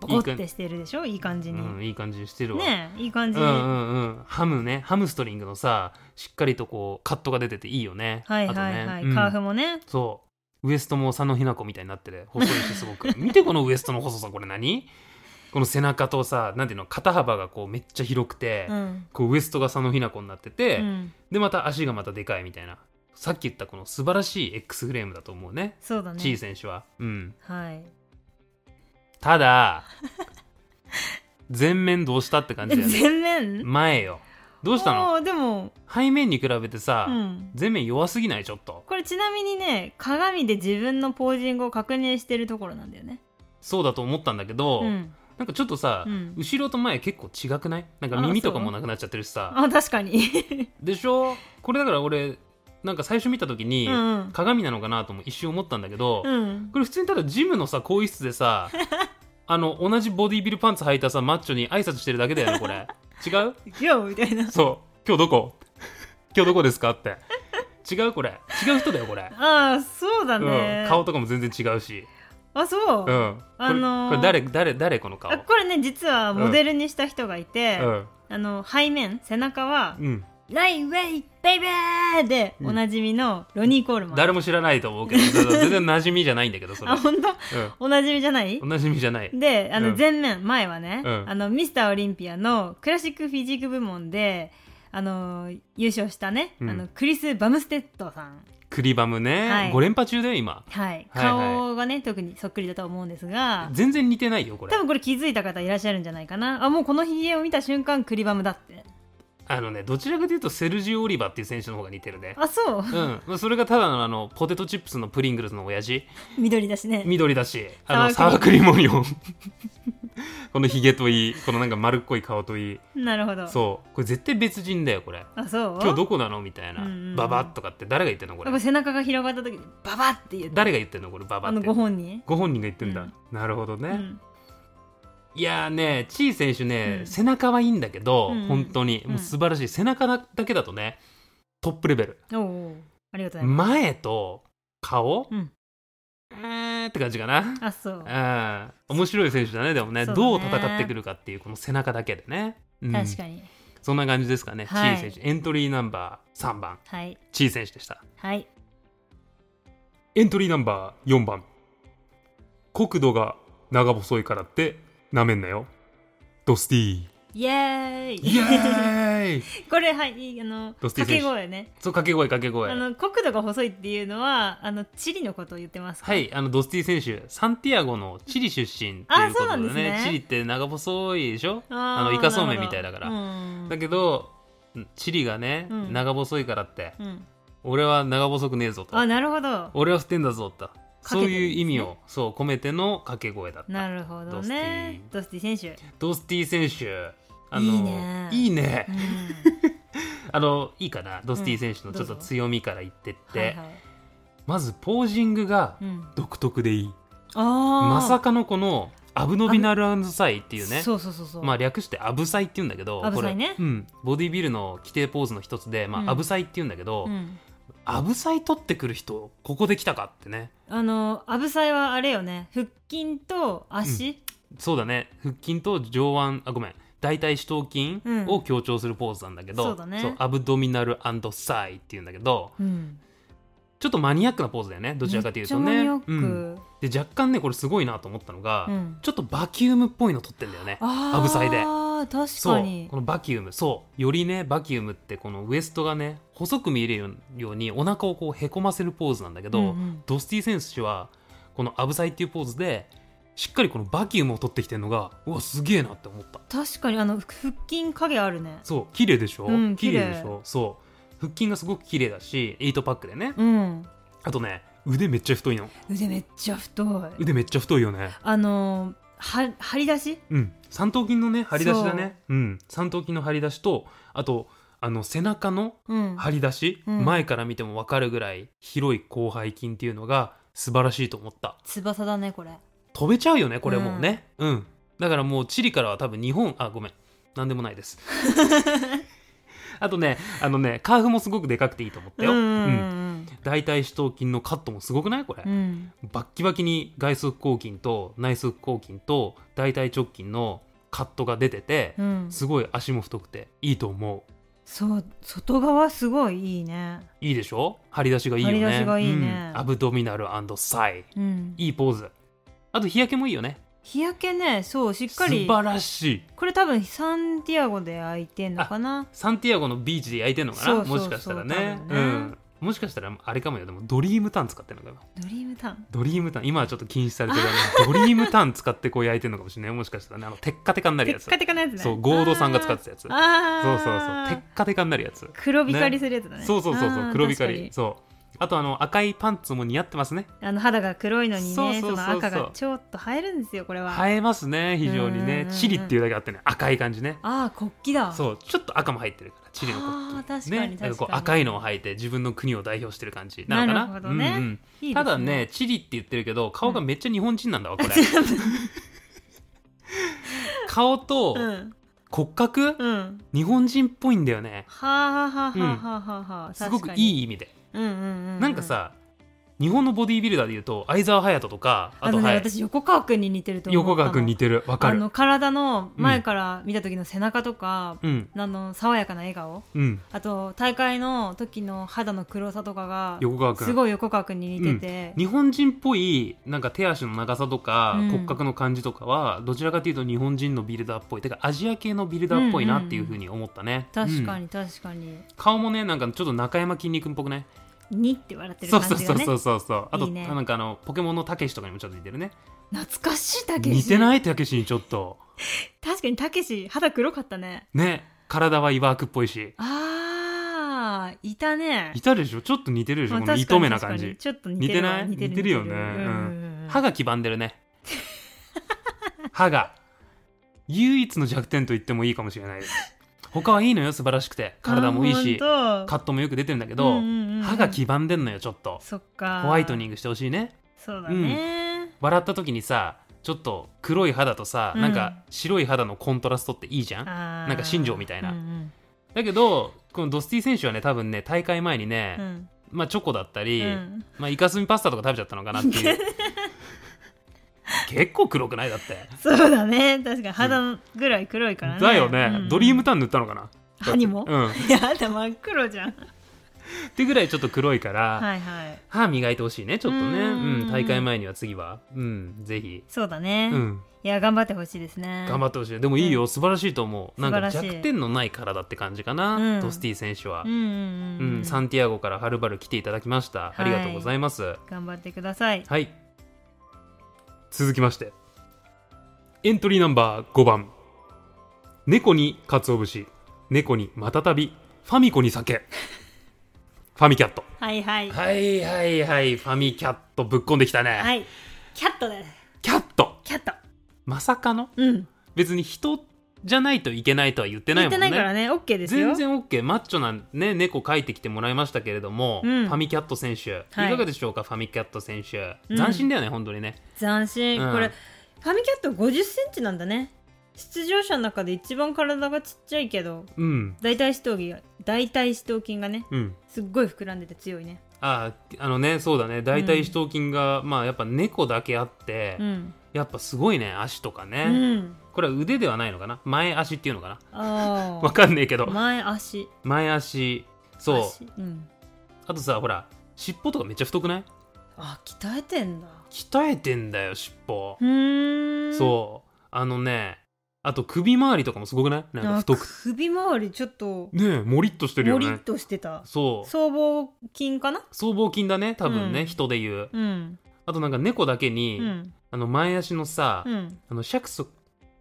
S2: ボコってしてるでしょいい感じに、
S1: うん、いい感じにしてるわ、
S2: ねえいい感
S1: う
S2: じ
S1: ん
S2: に、
S1: うんうんハムねハムストリングのさしっかりとこうカットが出てていいよね
S2: はいはいは
S1: あ
S2: い、
S1: とねうん
S2: カーフもね
S1: そうウエストも佐野日向子みたいにな ってて細いしすごく見てこのウエストの細さこれ何この背中とさなんていうの肩幅がこうめっちゃ広くて、
S2: うん、
S1: こうウエストが佐野日向子になってて、
S2: うん、
S1: でまた足がまたでかいみたいなさっき言ったこの素晴らしい X フレームだと思うね
S2: そうだね
S1: チー選手はうん
S2: はい
S1: ただ前面どうしたって感じだよね
S2: 全面
S1: 前よど
S2: ど
S1: うしたの
S2: でも、
S1: 背面に比べてさ、
S2: うん、
S1: 前面弱すぎないちょっと
S2: これちなみにね鏡で自分のポージングを確認してるところなんだよね
S1: そうだと思ったんだけど、
S2: うん
S1: なんかちょっとさ、
S2: うん
S1: 後ろと前結構違くないなんか
S2: あ
S1: 耳とか
S2: そう
S1: もなくなっちゃってるしさ
S2: あ確かに
S1: でしょこれだから俺なんか最初見た時に、
S2: うんうん
S1: 鏡なのかなとも一瞬思ったんだけど、
S2: うん
S1: これ普通にただジムのさ更衣室で さあの同じボディビルパンツ履いたさマッチョに挨拶してるだけだよねこれ違う
S2: いやみたいな
S1: そう今日どこ今日どこですかって違うこれ違う人だよこれ、
S2: ああそうだね、
S1: うん、顔とかも全然違うし、
S2: あそう、
S1: うん、これ
S2: あのー
S1: これ誰誰誰この顔
S2: あこれね実はモデルにした人がいて、
S1: うん
S2: あの背面背中は
S1: うん、
S2: 「ライウェイベイベー!」でおなじみのロニー・コールマン、
S1: 誰も知らないと思う けど全然馴染みじゃないんだけどそれ
S2: あ、本当
S1: うん
S2: おなじみじゃない
S1: お馴染みじゃない
S2: であ
S1: う
S2: の
S1: ん
S2: 前面、前はね、
S1: うん
S2: あのミスターオリンピアのクラシックフィジーク部門であの優勝したね、
S1: うん
S2: あのクリス・バムステッドさん、
S1: クリバムね、
S2: はい
S1: 5連覇中だよ今
S2: はい、
S1: はいはい
S2: 顔がね特にそっくりだと思うんですが
S1: 全然似てないよこれ
S2: 多分これ気づいた方いらっしゃるんじゃないかなあもうこのひげを見た瞬間クリバムだって
S1: あのねどちらかというとセルジオ・オリバーっていう選手の方が似てるね
S2: あそう
S1: うんまあ、それがただのあのポテトチップスのプリングルズの親父
S2: 緑だしね
S1: 緑だしあの
S2: サ
S1: サ
S2: ワ
S1: ワ
S2: ー
S1: ークリームオニオン このヒゲといいこのなんか丸っこい顔といい
S2: なるほど
S1: そうこれ絶対別人だよこれ
S2: あそう
S1: 今日どこなのみたいな
S2: うんうんうん
S1: ババッとかって誰が言ってんのこ
S2: なんか
S1: れ
S2: 背中が広がった時にババって言って
S1: 誰が言ってんのこれババ
S2: あ
S1: っ
S2: の
S1: て
S2: ご本人
S1: ご本人が言ってんだ、
S2: うん
S1: なるほどね、
S2: うん
S1: いやーねチー選手ね、
S2: うん
S1: 背中はいいんだけど、
S2: うんうん
S1: 本当に
S2: うん
S1: もう素晴らしい、背中だけだとねトップレベル
S2: おうおうありがとうございま
S1: 前と顔、
S2: うん
S1: えーって感じかな
S2: すあそう
S1: ああ面白い選手だねでもね
S2: そうだね
S1: どう戦ってくるかっていうこの背中だけでね、うん
S2: 確かに
S1: そんな感じですかね、
S2: はい
S1: チー選手エントリーナンバー3番
S2: はい
S1: チー選手でした
S2: はい
S1: エントリーナンバー4番国土が長細いからってなめんなよドスティー
S2: イエーイ
S1: イエーイ
S2: これはいいあの
S1: ドスティ選
S2: 掛
S1: 手
S2: け声ね
S1: そう掛け声掛け声
S2: あの国土が細いっていうのはあのチリのことを言ってますか
S1: はい、あのドスティ選手、サンティアゴのチリ出身って
S2: あ
S1: いうこ
S2: そうな
S1: と
S2: ん
S1: で
S2: です
S1: ね
S2: ね
S1: チリって長細いでしょ
S2: あー
S1: あのイカそうめん
S2: なるほど
S1: みたいだから
S2: うん
S1: だけど、チリがね、
S2: うん
S1: 長細いからって、
S2: うん
S1: 俺は長細くねえぞと、
S2: あなるほど
S1: 俺は振ってんだぞと、
S2: かけて
S1: そう
S2: るんですね
S1: いう意味をそう込めての掛け声だった。
S2: なるほどねドスティ 選手
S1: ドスティ選手、
S2: いいね
S1: いいね
S2: うん
S1: あの、いいかな、ドスティ選手のちょっ
S2: ど
S1: と
S2: うぞ
S1: 強みから言ってって、
S2: はいはい
S1: まずポージングが
S2: うん
S1: 独特でいい。
S2: あ
S1: まさ
S2: かっ
S1: かのこのアブノビナルアンドサイって
S2: て
S1: いうね。
S2: そうそうそうそう
S1: まあ略してアブサイって言うんだけど
S2: アブサイね
S1: これうん、ボディビルの規定ポーズの一つで、ま
S2: うん
S1: あ、アブサイって言うんだけど、
S2: うん
S1: アブサイ取ってくる人ここで来たかってね
S2: あのアブサイはあれよね腹筋と足、
S1: そうだね腹筋と上腕あごめん大腿四頭筋
S2: うん
S1: を強調するポーズなんだけど、
S2: そうだね
S1: アブドミナルサイって言うんだけど
S2: うん、
S1: ちょっとマニアックなポーズだよねどちらかというと
S2: めっ
S1: ね
S2: ちゃマニアック、
S1: うんで若干ねこれすごいなと思ったのが、
S2: うん
S1: ちょっとバキュームっぽいの取ってんだよね
S2: あー
S1: アブサイで
S2: 確
S1: そ
S2: か
S1: う
S2: に
S1: このバキュームそうよりねバキュームってこのウエストがね細く見えるようにお腹をこうへこませるポーズなんだけど、
S2: うんうん
S1: ドスティ選手はこのアブサイっていうポーズでしっかりこのバキュームを取ってきてるのがうわすげえなって思った
S2: 確かにあの腹筋影あるね
S1: そう綺麗でしょ、
S2: うん
S1: 綺
S2: 綺麗
S1: 麗でしょそう腹筋がすごく綺麗だし8パックでね
S2: うん
S1: あとね腕めっちゃ太いの
S2: 腕めっちゃ太い
S1: 腕めっちゃ太いよね
S2: あのは張り出し
S1: うん三頭筋のね張り出しだねうん三頭筋の張り出しとあとあの背中の
S2: うん
S1: 張り出し、
S2: うん
S1: 前から見ても分かるぐらい広い広背筋っていうのが素晴らしいと思った
S2: 翼だねこれ
S1: 飛べちゃうよねこれもうねうん、だからもうチリからは多分日本あごめんなんでもないです あとねあのねカーフもすごくでかくていいと思ったよ、
S2: うんうんう
S1: うん
S2: ん
S1: 大腿四頭筋のカットもすごくないこれ、
S2: うん
S1: バッキバキに外側抗筋と内側抗筋と大腿直筋のカットが出てて、
S2: うん、
S1: すごい足も太くていいと思う
S2: そう外側すごいいいね
S1: いいでしょ張り出しがいいよね
S2: 張り出しがいいね
S1: うんアブドミナルサイ
S2: うん
S1: いいポーズあと日焼けもいいよね
S2: 日焼けねそうしっ
S1: 素
S2: かり
S1: 晴らしい
S2: これ多分サンティアゴで焼いてんのかな
S1: サンティアゴのビーチで焼いてんのかな
S2: そうそうそう
S1: もしかしたらね
S2: 多分
S1: う
S2: ね
S1: ん、もしかしたらあれかもよでもドリームタン使ってんのかな
S2: ドリームタウン
S1: ドリームタン今はちょっと禁止されてるあのドリームタン使ってこう焼いてんのかもしれないもしかしたらねあのテッカテカになる
S2: テ
S1: やつ
S2: ッカテカのやつね
S1: そうゴードさんが使ってたやつそう
S2: あ
S1: そう
S2: ー
S1: そうテッカテカになるやつ
S2: 黒光りするやつだね
S1: そうそうそうそ
S2: あ
S1: う
S2: ー
S1: 黒光
S2: 確
S1: り
S2: か
S1: そうあとあの赤いパンツも似合ってますね
S2: にあの肌が黒いのにね
S1: そうそうそうそう
S2: その赤がちょっと映えるんですよこれは、
S1: 映えますね非常に
S2: うんうん
S1: ね
S2: うん
S1: チリっていうだけあってね赤い感じね
S2: ああ国旗だ
S1: そうちょっと赤も入ってるからチリの
S2: あー
S1: 国旗
S2: 確かに
S1: ねなんかこ
S2: 確
S1: う
S2: かに
S1: 赤いのを履いて自分の国を代表してる感じなのかな
S2: なるほどね
S1: うんうん
S2: いいです
S1: ただねチリって言ってるけど顔がめっちゃ日本人なんだわこれ顔と
S2: うん
S1: 骨格
S2: うん
S1: 日本人っぽいんだよね
S2: はあはあはあはあはあはあ
S1: すごく
S2: い
S1: いい意味で
S2: うんうんうんう
S1: なんかさ日本のボディービルダーで言うと相澤隼人とかあ
S2: あ
S1: と
S2: のね、
S1: はい
S2: 私横川君に似てると思う
S1: 横川君似てるわか
S2: あ
S1: る
S2: の体の前から見た時の背中とか、
S1: うん
S2: あの爽やかな笑顔
S1: うん
S2: あと大会の時の肌の黒さとかが
S1: 横川
S2: す
S1: 君
S2: ごい横川君に似てて、
S1: 日本人っぽいなんか手足の長さとか、
S2: うん
S1: 骨格の感じとかはどちらかというと日本人のビルダーっぽいてかアジア系のビルダーっぽいなっていうふうに思ったね、
S2: 確か
S1: うん
S2: に確かに
S1: 顔もねなんかちょっと中山筋肉っぽくね
S2: 「に」って笑ってる
S1: そう
S2: 感
S1: そう
S2: じが
S1: そう
S2: ね
S1: そうそうそうあと
S2: いいね
S1: なんかあのポケモンのたけしとかにもちょっと似てるね
S2: 懐かしいたけし
S1: 似てないたけしにちょっと
S2: 確かにたけし肌黒かったね
S1: ね体は岩くっぽいし
S2: あーいたね
S1: いたでしょちょっと似てるでしょ、
S2: まあ
S1: この
S2: 確
S1: 糸
S2: か
S1: 目
S2: に
S1: な
S2: 確か
S1: 感
S2: に
S1: じ
S2: ちょっと似てるわ
S1: 似てない似てるよね
S2: うん
S1: 歯が黄ばんでる ね歯が唯一の弱点と言ってもいいかもしれないです他はいいのよ素晴らしくて体もいいし
S2: カ
S1: カットもよく出てるんだけど、歯が黄ばんでんのよちょっと
S2: そっか
S1: ホワイトニングしてほしいね
S2: そうだね、
S1: 笑った時にさちょっと黒い肌とさ、
S2: うん
S1: なんか白い肌のコントラストっていいじゃん
S2: あー
S1: なんか新庄みたいな
S2: うんうん
S1: だけどこのドスティ選手はね多分ね大会前にね、
S2: うん
S1: まあチョコだったり、
S2: うん
S1: まあイカスミパスタとか食べちゃったのかなって いう結構黒くないだって
S2: そうだね確かに肌ぐらい黒いからね
S1: だよね、
S2: うん
S1: ドリームターン塗ったのかな
S2: 歯にも
S1: うんっ
S2: いやだ真っ黒じゃん
S1: てぐらいちょっと黒いから、
S2: はいはい
S1: 歯磨いてほしいねちょっとね
S2: う
S1: うんん大会前には次はうんぜひ
S2: そうだね、
S1: うん
S2: いや頑張ってほしいですね
S1: 頑張ってほしいでもいいよ、素晴らしいと思うなんか
S2: 素晴らしい
S1: 弱点のない体って感じかな、
S2: うん
S1: ドスティ選手は、
S2: うんうん
S1: う
S2: うん
S1: ん、
S2: うん
S1: サンティアゴからはるばる来ていただきました、ありがとうございます
S2: 頑張ってください
S1: はい続きましてエントリーナンバー5番猫に鰹節猫にまたたびファミコに酒 ファミキャット
S2: はいはい
S1: はいはいはいファミキャットぶっこんできたね、
S2: はいキャットだね
S1: キャット
S2: キャット
S1: まさかの
S2: うん
S1: 別に人じゃないといけないとは言ってない
S2: 言
S1: も
S2: っ
S1: んね
S2: てないからね OK です
S1: 全
S2: よ
S1: 然 OK マッチョな、ね、猫描いてきてもらいましたけれども、
S2: うん
S1: ファミキャット選手、
S2: はい
S1: い、かがでしょうかファミキャット選手、
S2: うん
S1: 斬新だよね本当にね
S2: 斬新、
S1: うん
S2: これファミキャット5 0センチなんだね出場者の中で一番体がちっちゃいけど
S1: うん
S2: 大腿四頭筋が大腿四頭筋がね
S1: うん
S2: すっごい膨らんでて強いね
S1: ああのねそうだね大体四頭筋が、まあやっぱ猫だけあって、
S2: うん、
S1: やっぱすごいね足とか
S2: う
S1: ね、
S2: ん、
S1: これは腕ではないのかな前足っていうのかな
S2: あ
S1: わかんねえけど
S2: あ前足
S1: 前足そう
S2: 足うん、
S1: あとさほら尻尾とかめっちゃ太くない
S2: あ鍛えてんだ
S1: 鍛えてんだよ尻尾
S2: う、ーん
S1: そうあのねあと首周りとかもすごくないなんか太く
S2: あ首周りちょっと
S1: ねえもりっとしてる
S2: も
S1: よ
S2: りっ
S1: ね
S2: としてた
S1: そう
S2: 僧帽筋かな
S1: 僧帽筋だね多分ね、
S2: うん
S1: 人で言う
S2: うん
S1: あとなんか猫だけに、
S2: うん
S1: あの前足のさ、
S2: うん
S1: あの、シャクソク、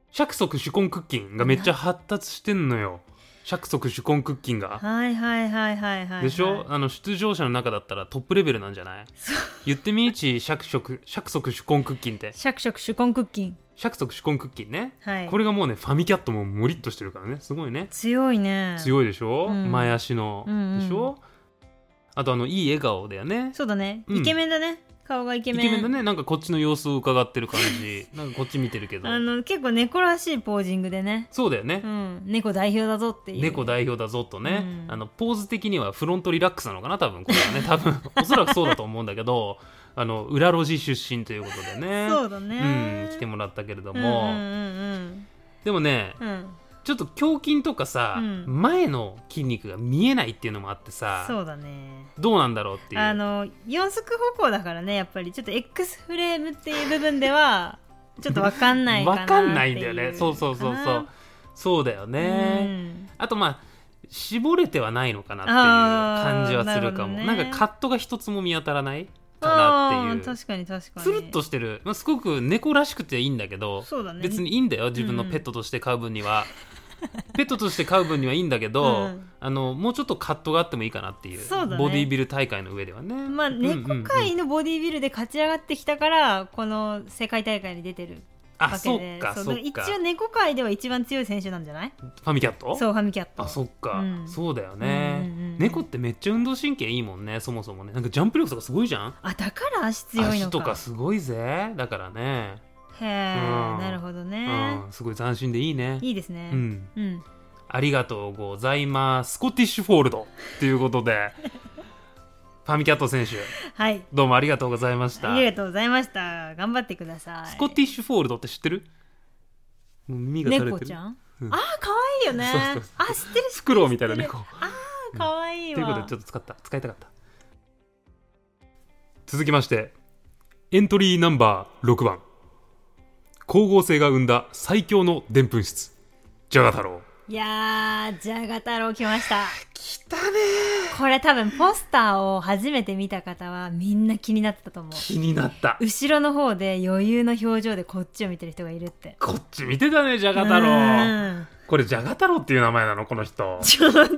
S1: シャクソク手根クッキンがめっちゃ発達してんのよ。シャクソク手根クッキンが。
S2: はいはいはいはいはい
S1: でしょあの、出場者の中だったらトップレベルなんじゃない
S2: そう
S1: 言ってみい ち、シャクソク、シャクソク手根クッキンって。
S2: シャクシャク手根クッキン
S1: シャクソク手根クッキンね。
S2: はい
S1: これがもうね、ファミキャットももりっとしてるからね。すごいね。
S2: 強いね
S1: 強いでしょ、
S2: うん
S1: 前足の。
S2: うんうん
S1: でしょあと、あの、いい笑顔だよね。
S2: そうだね
S1: うん
S2: イケメンだね、顔がイケ
S1: イ
S2: メン
S1: ケメンだねなんかこっちの様子を伺ってる感じなんかこっち見てるけど
S2: あの結構猫らしいポージングでね、
S1: そうだよね
S2: う、ん、猫代表だぞっていう
S1: 猫代表だぞとね、
S2: うん
S1: あのポーズ的にはフロントリラックスなのかな多分これは ね多分おそらくそうだと思うんだけどあの裏路地出身ということでね
S2: そうだね、
S1: うん、来てもらったけれど
S2: うんうん
S1: も、
S2: うん
S1: でもね
S2: うんうん
S1: ちょっと胸筋とかさ、
S2: うん
S1: 前の筋肉が見えないっていうのもあってさ
S2: そうだね
S1: どうなんだろうっていう
S2: あの四足歩行だからねやっぱりちょっと X フレームっていう部分ではちょっとわかんないかなってい
S1: わ
S2: う
S1: かんないんだよねそうそうそう
S2: か
S1: そ
S2: な
S1: うそうだよね、
S2: うん
S1: あとまあ絞れてはないのかなって
S2: あ
S1: いう
S2: ー
S1: 感じはするかもな,、
S2: なるほどね
S1: んかカットが一つも見当たらないかなって
S2: あー
S1: いう
S2: 確かに確かに
S1: つるっとしてる、まあ、すごく猫らしくていいんだけど、
S2: そうだね
S1: 別にいいんだよ自分のペットとして飼う分に は、ペットとして飼う分にはいいんだけど、
S2: うん
S1: あのもうちょっとカットがあってもいいかなっていう
S2: そうだね
S1: ボディービル大会の上ではね
S2: まあ
S1: うんうんうん
S2: 猫界のボディービルで勝ち上がってきたから、この世界大会に出てるわ
S1: あ
S2: け
S1: そっ
S2: で
S1: か
S2: そう
S1: そっ
S2: だ
S1: から
S2: 一応猫界では一番強い選手なんじゃない
S1: ファミキャット
S2: そうファミキャット
S1: あそっか、
S2: うん
S1: そうだよね、
S2: うんうんうん
S1: 猫ってめっちゃ運動神経いいもんねそもそもねなんかジャンプ力とかすごいじゃん
S2: あだから足強いの
S1: 足と
S2: か
S1: かすごいぜだからね、
S2: へえ、
S1: うん
S2: なるほどね
S1: う、ん、すごい斬新でいいね
S2: いいですね
S1: うん
S2: うん、
S1: ありがとうございますスコティッシュフォールドということ でファミキャット選手
S2: はい
S1: どうもありがとうございました
S2: ありがとうございました頑張ってください
S1: スコティッシュフォールドって知ってるもう耳が垂れてる
S2: 猫ちゃん、
S1: うん
S2: あー可愛いよね
S1: そうそうそう
S2: あ知ってる知ってる
S1: フクロウみたいな猫
S2: 可愛い
S1: という
S2: わ
S1: ことでちょっと使った使いたかった続きましてエントリーナンバー6番光合成が生んだ最強のでんぷん質ジャガ太郎
S2: いやーじゃが太郎来ました
S1: きたね
S2: これ多分ポスターを初めて見た方はみんな気になってたと思う
S1: 気になった
S2: 後ろの方で余裕の表情でこっちを見てる人がいるって
S1: こっち見てたねジャガ太郎
S2: うん
S1: これジャガ太郎っていう名前なのこの人
S2: ちょっと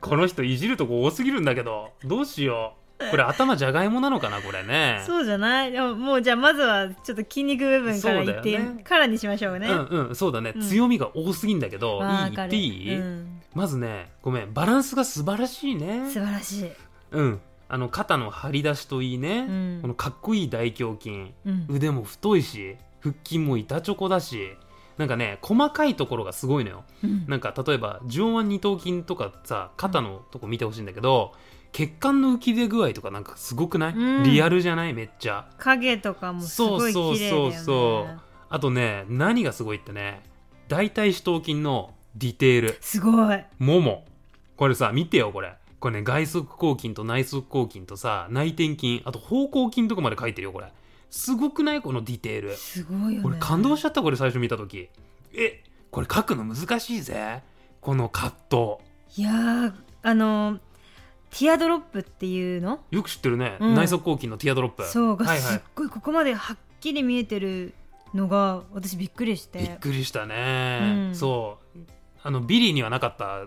S1: この人いじるとこ多すぎるんだけどどうしようこれ頭ジャガイモなのかなこれね
S2: そうじゃないでももうじゃあまずはちょっと筋肉部分からいって、
S1: そうだよね
S2: からにしましょうね、
S1: うんうんそうだね、
S2: うん
S1: 強みが多すぎんだけど
S2: わ
S1: いい言
S2: かる
S1: っていい、
S2: うん
S1: まずねごめんバランスが素晴らしいね
S2: 素晴らしい、
S1: うんあの肩の張り出しといいね、
S2: うん
S1: このかっこいい大胸筋
S2: うん、
S1: 腕も太いし腹筋も板チョコだしなんかね細かいところがすごいのよ
S2: うん
S1: なんか例えば上腕二頭筋とかさ肩のとこ見てほしいんだけど血管の浮き出具合とかなんかすごくない、
S2: うん
S1: リアルじゃないめっちゃ
S2: 影とかもすごい綺麗だよね
S1: そうそうそうそうあとね何がすごいってね大腿四頭筋のディテール
S2: すごい
S1: ももこれさ見てよこれこれね外側抗筋と内側抗筋とさ内転筋あと方向筋とかまで書いてるよこれすごくないこのディテール
S2: すごいよね
S1: 俺感動しちゃったこれ最初見た時えこれ書くの難しいぜこの葛藤
S2: いやーあのーティアドロップっていうの
S1: よく知ってるね、
S2: うん
S1: 内側抗筋のティアドロップ
S2: そうが
S1: はいは
S2: すっ
S1: い
S2: ごいここまではっきり見えてるのが私びっくりし
S1: びってくりしたね、
S2: うん
S1: そうあのビリーにはなかった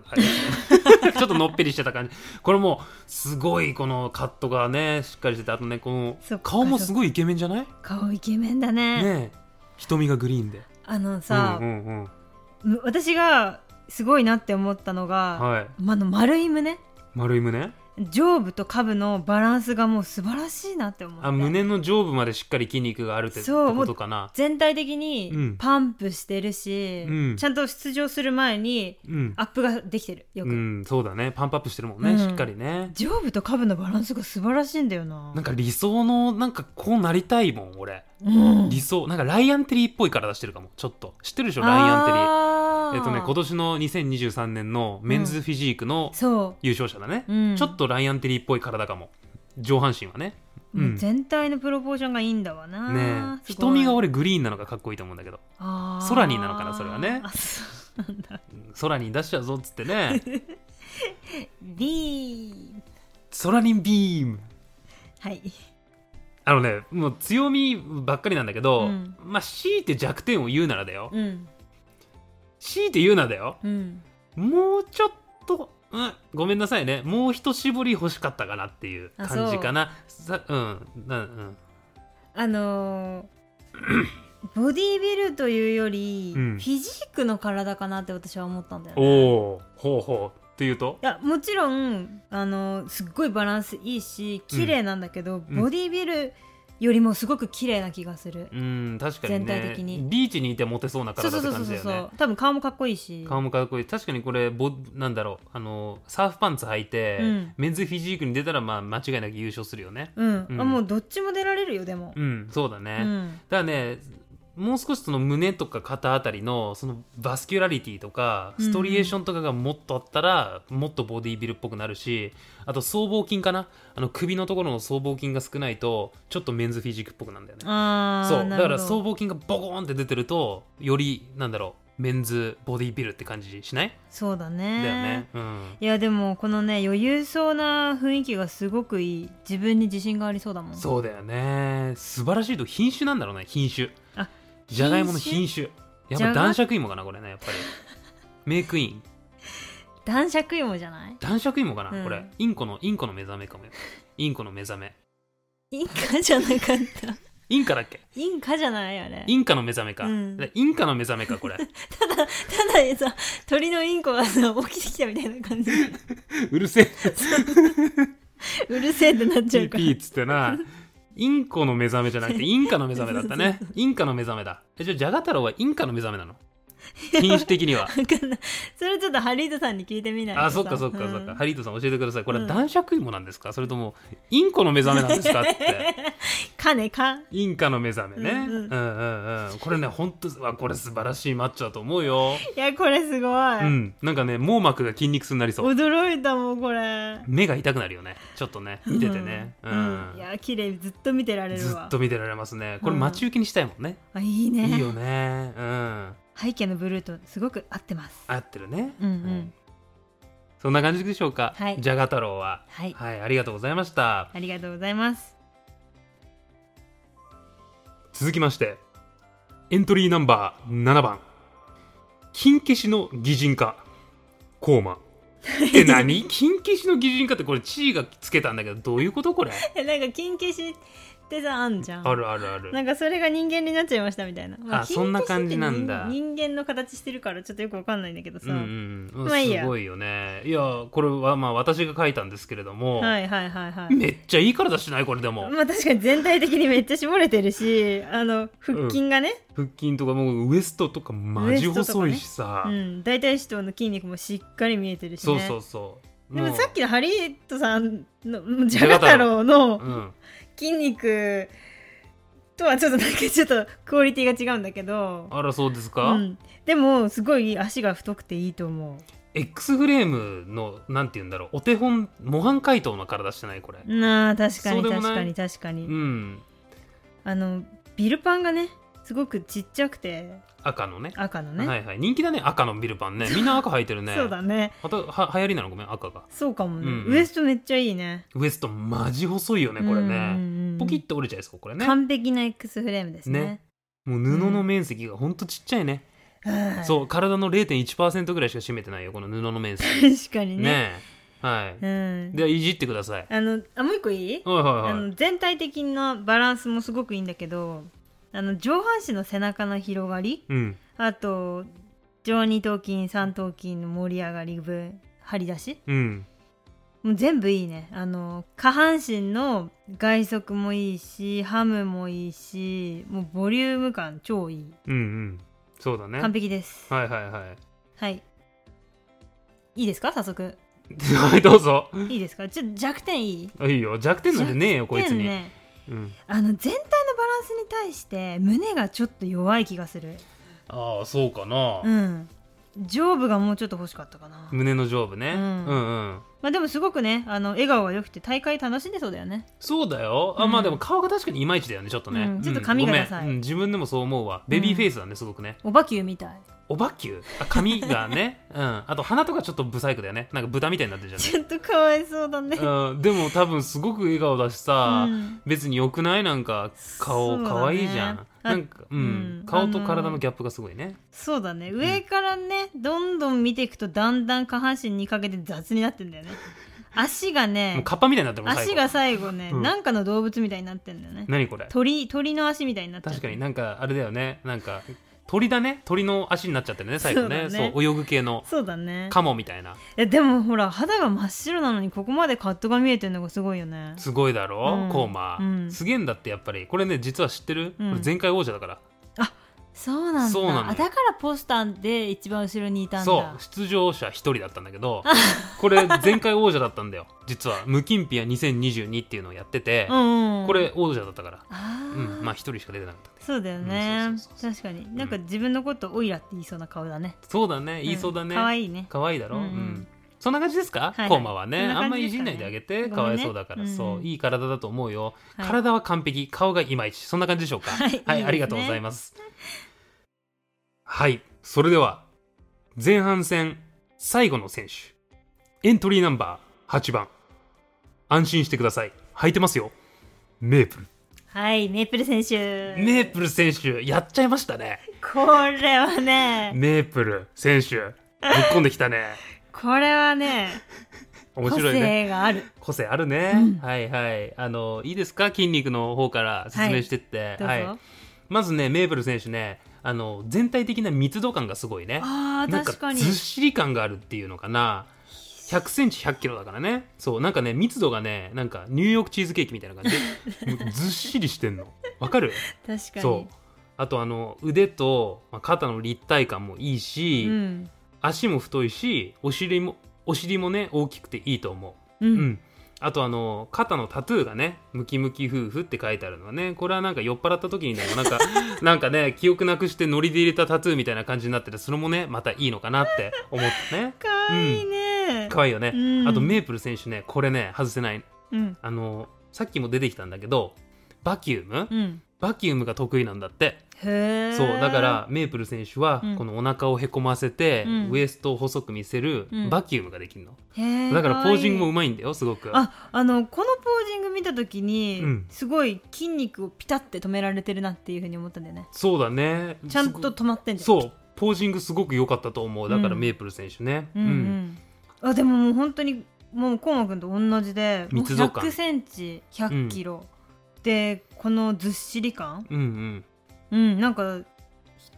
S1: あ れちょっとのっぺりしてた感じこれもうすごいこのカットがねしっかりしててあとねこ
S2: そ
S1: の
S2: っか
S1: 顔もすごいイケメンじゃない
S2: 顔イケメンだね
S1: ねえ瞳がグリーンで
S2: あのさ
S1: う、んうんうん、
S2: む私がすごいなって思ったのが、
S1: はい
S2: まあの丸い胸
S1: 丸い胸
S2: 上部と下部のバランスがもう素晴らしいなって思って
S1: あ胸の上部までしっかり筋肉があるって
S2: そう
S1: ってことかな
S2: 全体的
S1: う
S2: に
S1: ん
S2: パンプしてるし、
S1: うん
S2: ちゃんと出場する前に
S1: うん
S2: アップができてるよく、
S1: うん、そうだねパンプアップしてるもんね、
S2: うん
S1: しっかりね
S2: 上部と下部のバランスが素晴らしいんだよな
S1: なんか理想のなんかこうなりたいもん俺
S2: うん
S1: 理想なんかライアンテリーっぽい体してるかもちょっと知ってるでしょライアンテリー
S2: ア
S1: えっとね今年の2023年のメンズフィジークの
S2: そ
S1: 優勝者だね、
S2: う、うん、
S1: ちょっとライアンテリーっぽい体かも上半身はねうん
S2: もう全体のプロポーションがいいんだわな
S1: ねえ瞳が俺
S2: 俺
S1: グリーンなのがかっこいいと思うんだけどソラ
S2: 空
S1: ニーなのかなそれはね
S2: あそうなんだ
S1: 空に出しちゃうぞっつってね
S2: B
S1: 空にビーム
S2: はい
S1: あのねもう強みばっかりなんだけど、
S2: うん
S1: まあ強いて弱点を言うならだよ、
S2: うん
S1: 強いて言うならだよ
S2: うん
S1: もうちょっと、うん、ごめんなさいねもう一絞り欲しかったかなっていう感じかなさうんうんうん
S2: あのーボディービルというより、
S1: うん
S2: フィジークの体かなって私は思ったんだよね
S1: おおほうほうっていうと
S2: いやもちろんあのーすっごいバランスいいし綺麗なんだけど、
S1: うん
S2: ボディービルよりもすごく綺麗な気がする、
S1: うん確かにね
S2: 全体的に
S1: ビーチにいてモテそうな
S2: そう
S1: 体
S2: そ
S1: っ
S2: う
S1: て感
S2: そうそう
S1: じだよ
S2: そ
S1: ね
S2: う多分顔もかっこいいし
S1: 顔もかっこいい確かにこれボなんだろうあのサーフパンツ履いて、
S2: うん
S1: メンズフィジークに出たら、まあ、間違いなく優勝するよね
S2: うん、
S1: うん
S2: あもうどっちも出られるよでも、
S1: うんそうだ
S2: う
S1: ね、だから
S2: ん
S1: ねもう少しその胸とか肩あたりのそのバスキュラリティとか
S2: うん
S1: ストリエーションとかがもっとあったら、もっとボディビルっぽくなるしあと僧帽筋かなあの首のところの僧帽筋が少ないとちょっとメンズフィジークっぽくなるんだよね
S2: ああ
S1: そうだから僧
S2: そう
S1: 帽筋がボコーンって出てるとよりなんだろうメンズボディビルって感じしない
S2: そうだ
S1: だ
S2: ね
S1: よね、うん
S2: いやでもこのね余裕そうな雰囲気がすごくいい自分に自信がありそうだもん
S1: そうだよね素晴らしいと品種なんだろうね品種
S2: あ
S1: じゃがいもの品種やっ
S2: じゃ
S1: ぱ
S2: が
S1: 男爵芋かなこれねやっぱりメイクイン
S2: 男爵芋じゃない
S1: 男爵芋かな、
S2: うん
S1: これインコのインコの目覚めかもよインコの目覚め
S2: インカじゃなかった
S1: インカだっけ
S2: インカじゃないあれ
S1: インカの目覚めか、
S2: うん
S1: だからインカの目覚めかこれ
S2: ただたださ鳥のインコがさ起きてきたみたいな 感じ
S1: うるせえ
S2: うるせえってなっち
S1: ピ
S2: ゃう
S1: ー
S2: か
S1: ピ
S2: ら
S1: ーっつってなインコの目覚めじゃなくてインカの目覚めだったねインカの目覚めだえじゃあじゃが太郎はインカの目覚めなの品種的には
S2: わかんないそれちょっとハリートさんに聞いてみないとさ
S1: あそっかそっかそっか、
S2: うん
S1: ハリートさん教えてくださいこれ
S2: うん
S1: は男爵芋なんですか、それともインコの目覚めなんで すかって
S2: かねか
S1: インカの目覚めね、
S2: うん
S1: うん
S2: う
S1: うんん、うんこれね本当わこれ素晴らしいマッチョだと思うよ、
S2: いやこれすごい、
S1: うんなんかね網膜が筋肉痛になりそう
S2: 驚いたもんこれ
S1: 目が痛くなるよねちょっとね見ててね
S2: う
S1: うんん、
S2: うんいや綺麗ずっと見てられる
S1: ず
S2: わ
S1: っと見てられますねこれ待ち受けにしたいもんね、
S2: あいいね
S1: いいよねうん
S2: 背景のブルーとすごく合ってます
S1: 合ってるね、
S2: うんうん
S1: そんな感じでしょうか、
S2: はい
S1: じゃが太郎は
S2: はい
S1: はい、ありがとうございました
S2: ありがとうございます
S1: 続きましてエントリーナンバー7番金消しの擬人化コ ーマえ何金消しの擬人化ってこれ地位がつけたんだけどどういうことこれ
S2: えなんか金消しってさあんじゃん
S1: あるあるある
S2: なんかそれが人間になっちゃいましたみたいな、ま
S1: あそんな感じなんだ
S2: 金消しって人人間の形してるからちょっとよくわかんないんだけどさ、
S1: うんうんうん
S2: まあいいや
S1: すごいよねいやこれはまあ私が書いたんですけれども、
S2: はいはいはいはい
S1: めっちゃいい体してないこれでも、
S2: まあ確かに全体的にめっちゃ絞れてるしあの腹筋がね、
S1: 腹筋とかもうウエストとかマジ細いしさ、
S2: うん、大腿四頭の筋肉もしっかり見えてるし、ね、
S1: そうそうそう
S2: でも
S1: う
S2: さっきのハリートさんのジ
S1: ジ
S2: ャ
S1: ャ
S2: ガ
S1: ガ
S2: 太
S1: 太
S2: 郎の
S1: うん、
S2: 筋肉とはちょっとなんかちょっとクオリティが違うんだけど、
S1: あらそうです
S2: う
S1: か、
S2: んでもすごい足が太くていいと思
S1: X フレームのなんて言うんだろうお手本模範解答の体してないこれ
S2: うなあ確かに
S1: そうで
S2: 確
S1: も
S2: か
S1: な
S2: に
S1: い
S2: 確かに、
S1: うん
S2: あのビルパンがねすごくちっちゃくて
S1: 赤のね
S2: 赤のね、
S1: はいはい人気だね赤のビルパンねみんな赤履いてるね
S2: そうだね
S1: または流行りなのごめん赤が
S2: そうかもね、
S1: うんうん
S2: ウエストめっちゃいいね
S1: ウエストマジ細いよねこれ
S2: うん
S1: ね
S2: うんうん
S1: ポキッと折れちゃいそうこれね
S2: 完璧な X フレームですね
S1: もう布の面積がほんとちっちゃいね、
S2: はい
S1: そう体の0.1%ぐらいしか占めてないよこの布の面積
S2: 確かにね
S1: ねえはい
S2: うん
S1: ではいじってください
S2: あのあもう一個いい
S1: はいはい
S2: あ
S1: はい
S2: の全体的なバランスもすごくいいんだけどあの上半身の背中の広がり
S1: うん
S2: あと上二頭筋三頭筋の盛り上がり分張り出し
S1: うん
S2: もう全部いいねあの下半身の外側もいいしハムもいいしもうボリューム感超いい
S1: うんうんそうだね
S2: 完璧です
S1: はいはいはい
S2: はいいいですか早速
S1: はい、 どうぞ。
S2: いいですかちょっと弱点いい
S1: あいいよ。弱点なんてねえよ、こいつ
S2: 弱点
S1: に。
S2: ね
S1: うん、
S2: あの全体のバランスに対して胸がちょっと弱い気がする
S1: ああ、そうかな。
S2: うん上部がもうちょっと欲しかったかな、
S1: 胸の上部ね、
S2: う
S1: うんん、うん
S2: まあでもすごくねあの笑顔が良くて大会楽しんでそうだよね
S1: そうだよ。あ、
S2: うん
S1: まあでも顔が確かにいまいちだよね、ちょっとね。
S2: うんちょっと
S1: うん
S2: 髪が
S1: ごめん
S2: ダサい
S1: うん自分でもそう思うわ。ベビーフェイスだね、すごくね。
S2: おばきゅうみたい
S1: おばっきゅうあ髪が ね。うん。あと鼻とかちょっとブサイクだよね。なんか豚みたいになってるじ
S2: ちょっとかわいそうだね
S1: ゃん、ね。うん。でも多分すごく笑顔だしさ、
S2: うん
S1: 別に良くないなんか
S2: そう
S1: 顔、
S2: だね
S1: 可愛いじゃん。
S2: あ
S1: なんか、うん、
S2: うん
S1: 顔と体のギャップがすごいね。
S2: そうだね上からね、どんどん見ていくとだんだん下半身にかけて雑になってんだよね足が
S1: もう
S2: ね
S1: カッパみたいになってるもん最後
S2: 足が最後ね、
S1: うん
S2: なんかの動物みたいになってんだよね
S1: 何これ
S2: 鳥鳥の足みたいになっちゃう
S1: 確かになんかあれだよねなんか鳥だね鳥の足になっちゃってるね最後ね
S2: そうだね
S1: そう泳ぐ系の
S2: そうだね
S1: カモみたいな
S2: えでもほら肌が真っ白なのにここまでカットが見えてるのがすごいよね
S1: すごいだろ、
S2: うん
S1: コーマ、
S2: うん
S1: すげえんだってやっぱりこれね実は知ってる、
S2: うん
S1: これ前回王者だから
S2: そうなんだ
S1: そうなの
S2: あだからポスターで一番後ろにいたんだ
S1: そう出場者1人だったんだけどこれ前回王者だったんだよ実は「無金ピア2022」っていうのをやってて、
S2: んうん
S1: これ王者だったから、
S2: あ
S1: う
S2: ー
S1: ん、まあ1人しか出てなかったね
S2: そうだよね、
S1: うんそうそうそう
S2: 確かになんか自分のことオイラって言いそうな顔だね
S1: そうだね言いそうだね、
S2: 可愛、いいね
S1: 可愛いだろ、う
S2: うんん
S1: そんな感じですか、
S2: はいはい
S1: コーマはね
S2: そんな
S1: あんま
S2: 感
S1: り
S2: じ
S1: い
S2: で
S1: じんな
S2: すかね
S1: いであげて、
S2: ごめんね
S1: かわいそうだから、
S2: うん
S1: そういい体だと思うよ、
S2: はい
S1: 体は完璧顔がいまいちそんな感じでしょうか
S2: はいいいですね
S1: ありがとうございますはいそれでは前半戦最後の選手エントリーナンバー8番安心してください履いてますよメープル
S2: はいメープル選手
S1: メープル選手やっちゃいましたね
S2: これはね
S1: メープル選手ぶっ込んできたね
S2: これはね
S1: 面
S2: 個
S1: 白いね
S2: 性がある
S1: 個性あるね、
S2: うん
S1: はいはいあのいいですか筋肉の方から説明してって、
S2: どうぞ、
S1: はいまずねメーブル選手ねあの全体的な密度感がすごいね
S2: あー
S1: なん
S2: 確か
S1: か
S2: に
S1: ずっしり感があるっていうのかな100センチ100キロだからねそうなんかね密度がねなんかニューヨークチーズケーキみたいな感じ もうずっしりしてんのわかる
S2: 確かに
S1: そうあとあの腕とまあ肩の立体感もいいし、
S2: うん
S1: 足も太いしお尻もお尻もね大きくていいと思う
S2: う
S1: うんん、あとあの肩のタトゥーがね「ムキムキ夫婦」って書いてあるのはねこれはなんか酔っ払った時にでも なんかなんかね記憶なくしてノリで入れたタトゥーみたいな感じになっててそれもねまたいいのかなって思ったね
S2: かわいいね、
S1: 可愛いよね、
S2: うん
S1: あとメープル選手ねこれね外せない
S2: うん
S1: あのさっきも出てきたんだけどバキューム
S2: うん
S1: バキュームが得意なんだって
S2: へえ
S1: そうだからメープル選手は
S2: うん
S1: このお腹をへこませて、
S2: うん
S1: ウエストを細く見せる
S2: うん
S1: バキュームができるの、
S2: へー
S1: だからポージングも
S2: 可愛
S1: うまいんだよすごく
S2: いああのこのポージング見た時に、
S1: うん
S2: すごい筋肉をピタって止められてるなっていうふうに思ったんだよね
S1: そうだね
S2: ちゃん
S1: すご
S2: と止まってんじゃん
S1: そうポージングすごく良かったと思うだから
S2: うん
S1: メープル選手ね、
S2: うんうんあでももう本当にもうコウマくんと同じでもう
S1: 密度感
S2: 100センチ100キロ、でこのずっしり感
S1: うんうん
S2: うんなんか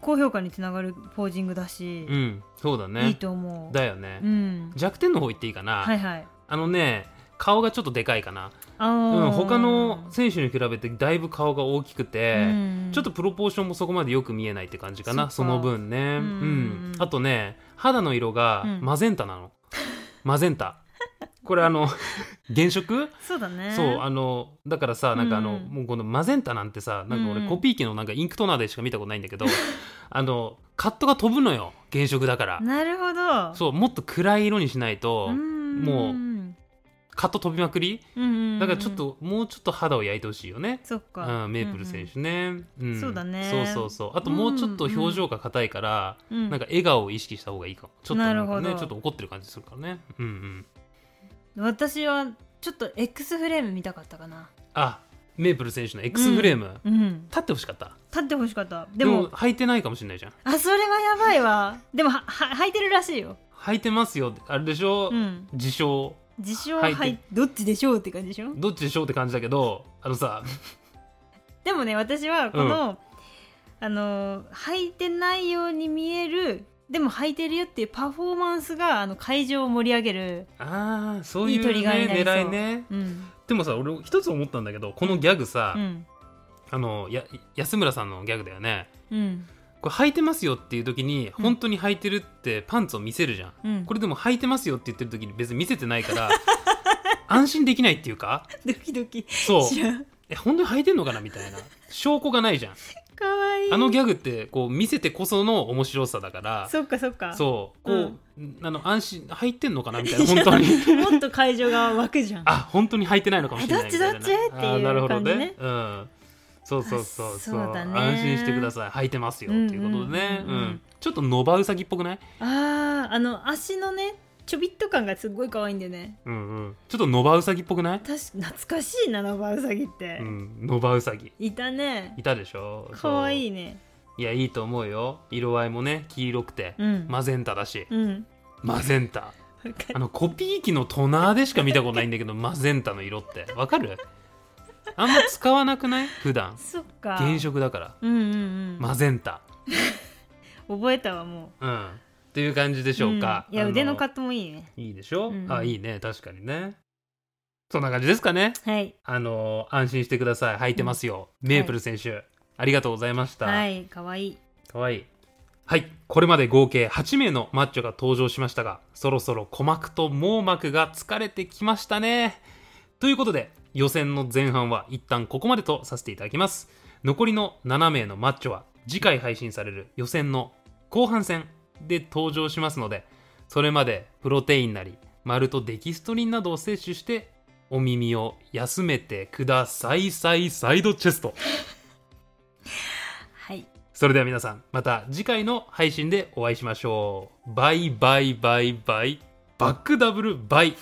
S2: 高評価につながるポージングだし
S1: うん、そうだね
S2: いいと思う
S1: だよね、
S2: うん
S1: 弱点の方言っていいかな、
S2: はいはい
S1: あのね顔がちょっとでかいかな、
S2: あ
S1: うん、
S2: ー
S1: 他の選手に比べてだいぶ顔が大きくて、
S2: うん
S1: ちょっとプロポーションもそこまでよく見えないって感じかなそ
S2: そっか
S1: の分ね、う
S2: うんん
S1: あとね肌の色が
S2: うん
S1: マゼンタなの、マゼンタこれあ の原色
S2: そうだね
S1: そうあのだからさなんかあの、
S2: うん
S1: もうこのマゼンタなんてさなんか
S2: うんう
S1: 俺
S2: ん
S1: コピー機のなんかインクトーナーでしか見たことないんだ けど、あのカットが飛ぶのよ原色だから
S2: なるほど
S1: そうもっと暗い色にしないと、も
S2: も
S1: うカット飛びまくり
S2: うん
S1: だからちょっと、もうちょっと肌を焼いてほしいよね、
S2: そっ
S1: う
S2: か
S1: ん、メープル選手ね、うん
S2: そうだね
S1: そうそうそうあともうちょっと表情が硬いから、
S2: 手な
S1: なんか笑顔を意識した方がいいかもちょっとなんか
S2: なる
S1: ね
S2: ほど
S1: ちょっと怒ってる感じするからねうんうん
S2: 私はちょっと X フレーム見たかったかな
S1: あメープル選手の X フレーム、
S2: うん
S1: 立ってほしかった
S2: 立ってほしかった
S1: で
S2: で
S1: も
S2: も
S1: 履いてないかもしれないじゃん
S2: あそれはやばいわでもはは履いてるらしいよ
S1: 履いてますよあれでしょ、
S2: うん
S1: 自称
S2: 自称
S1: 履い
S2: は
S1: て
S2: いどっちでしょうって感じでしょ
S1: どっちでしょうって感じだけどあのさ
S2: でもね私はこの、あのー履いてないように見えるでも履いてるよっていうパフォーマンスがあの会場を盛り上げる、
S1: あーそういう、
S2: い
S1: ね、
S2: いトリガーになりそう
S1: 狙いね
S2: うん
S1: でもさ俺一つ思ったんだけどこのギャグさ、
S2: うん
S1: あのや安村さんのギャグだよね
S2: うん
S1: これ履いてますよっていう時に
S2: うん
S1: 本当に履いてるってパンツを見せるじゃん、
S2: うん、
S1: こ
S2: れ
S1: れでも履いてますよって言ってる時に別に見せてないから 安心できないっていうか
S2: ドキドキ
S1: そう
S2: 知らん
S1: え本当に履いてんのかなみたいな証拠がないじゃん
S2: かわいい
S1: あのギャグってこう見せてこその面白さだから
S2: そっかそっか
S1: そうこう、あの安心入ってんのかなみたいな
S2: じ
S1: 本
S2: ゃあ
S1: 当に
S2: もっと会場が湧くじゃん
S1: あ本当に入ってないのかもしれないみたいな
S2: どっちどっちっていう
S1: あーなるほどね
S2: 感じね
S1: うんそうそうそうそう
S2: あそうだね
S1: 安心してください履いてますよと
S2: うんうん
S1: いうことでね、う
S2: うんんうん
S1: ちょっとノバウサギっぽくない、
S2: あーあの足のねちょびっと感がすっごい可愛いんだよね
S1: うんうん、ちょっとノバウサギっぽくない、
S2: 確か懐かしいなノバウサギって、
S1: うん、ノバウサギ
S2: いたね
S1: いたでしょ
S2: 可愛い
S1: い
S2: ね
S1: いやいいと思うよ色合いもね黄色くて、
S2: うん、
S1: マゼンタだし
S2: うん
S1: マゼンタ
S2: わか
S1: あ
S2: る
S1: のコピー機のトナーでしか見たことないんだ けどマゼンタの色ってわかるあんま使わなくない普段
S2: そっか
S1: 原色だから
S2: うんうんうん
S1: マゼンタ
S2: 覚えたわも
S1: うんっていう感じで
S2: う
S1: しょうか、
S2: うんいや
S1: あ
S2: 腕のカットもいいね
S1: いいでしょ、
S2: うん
S1: あいいね確かにねそんな感じですかね
S2: はい
S1: あの安心してください履いてますよ、メープル選手、ありがとうございました、
S2: はいかわいい
S1: かわいいはいこれまで合計8名のマッチョが登場しましたがそろそろ鼓膜と網膜が疲れてきましたねということで予選の前半は一旦ここまでとさせていただきます残りの7名のマッチョは次回配信される予選の後半戦で登場しますのでそれまでプロテインなりマルトデキストリンなどを摂取してお耳を休めてくださいサイサイドチェスト
S2: はい
S1: それでは皆さん、また次回の配信でお会いしましょう。バイバイバイバイ、バックダブルバイ。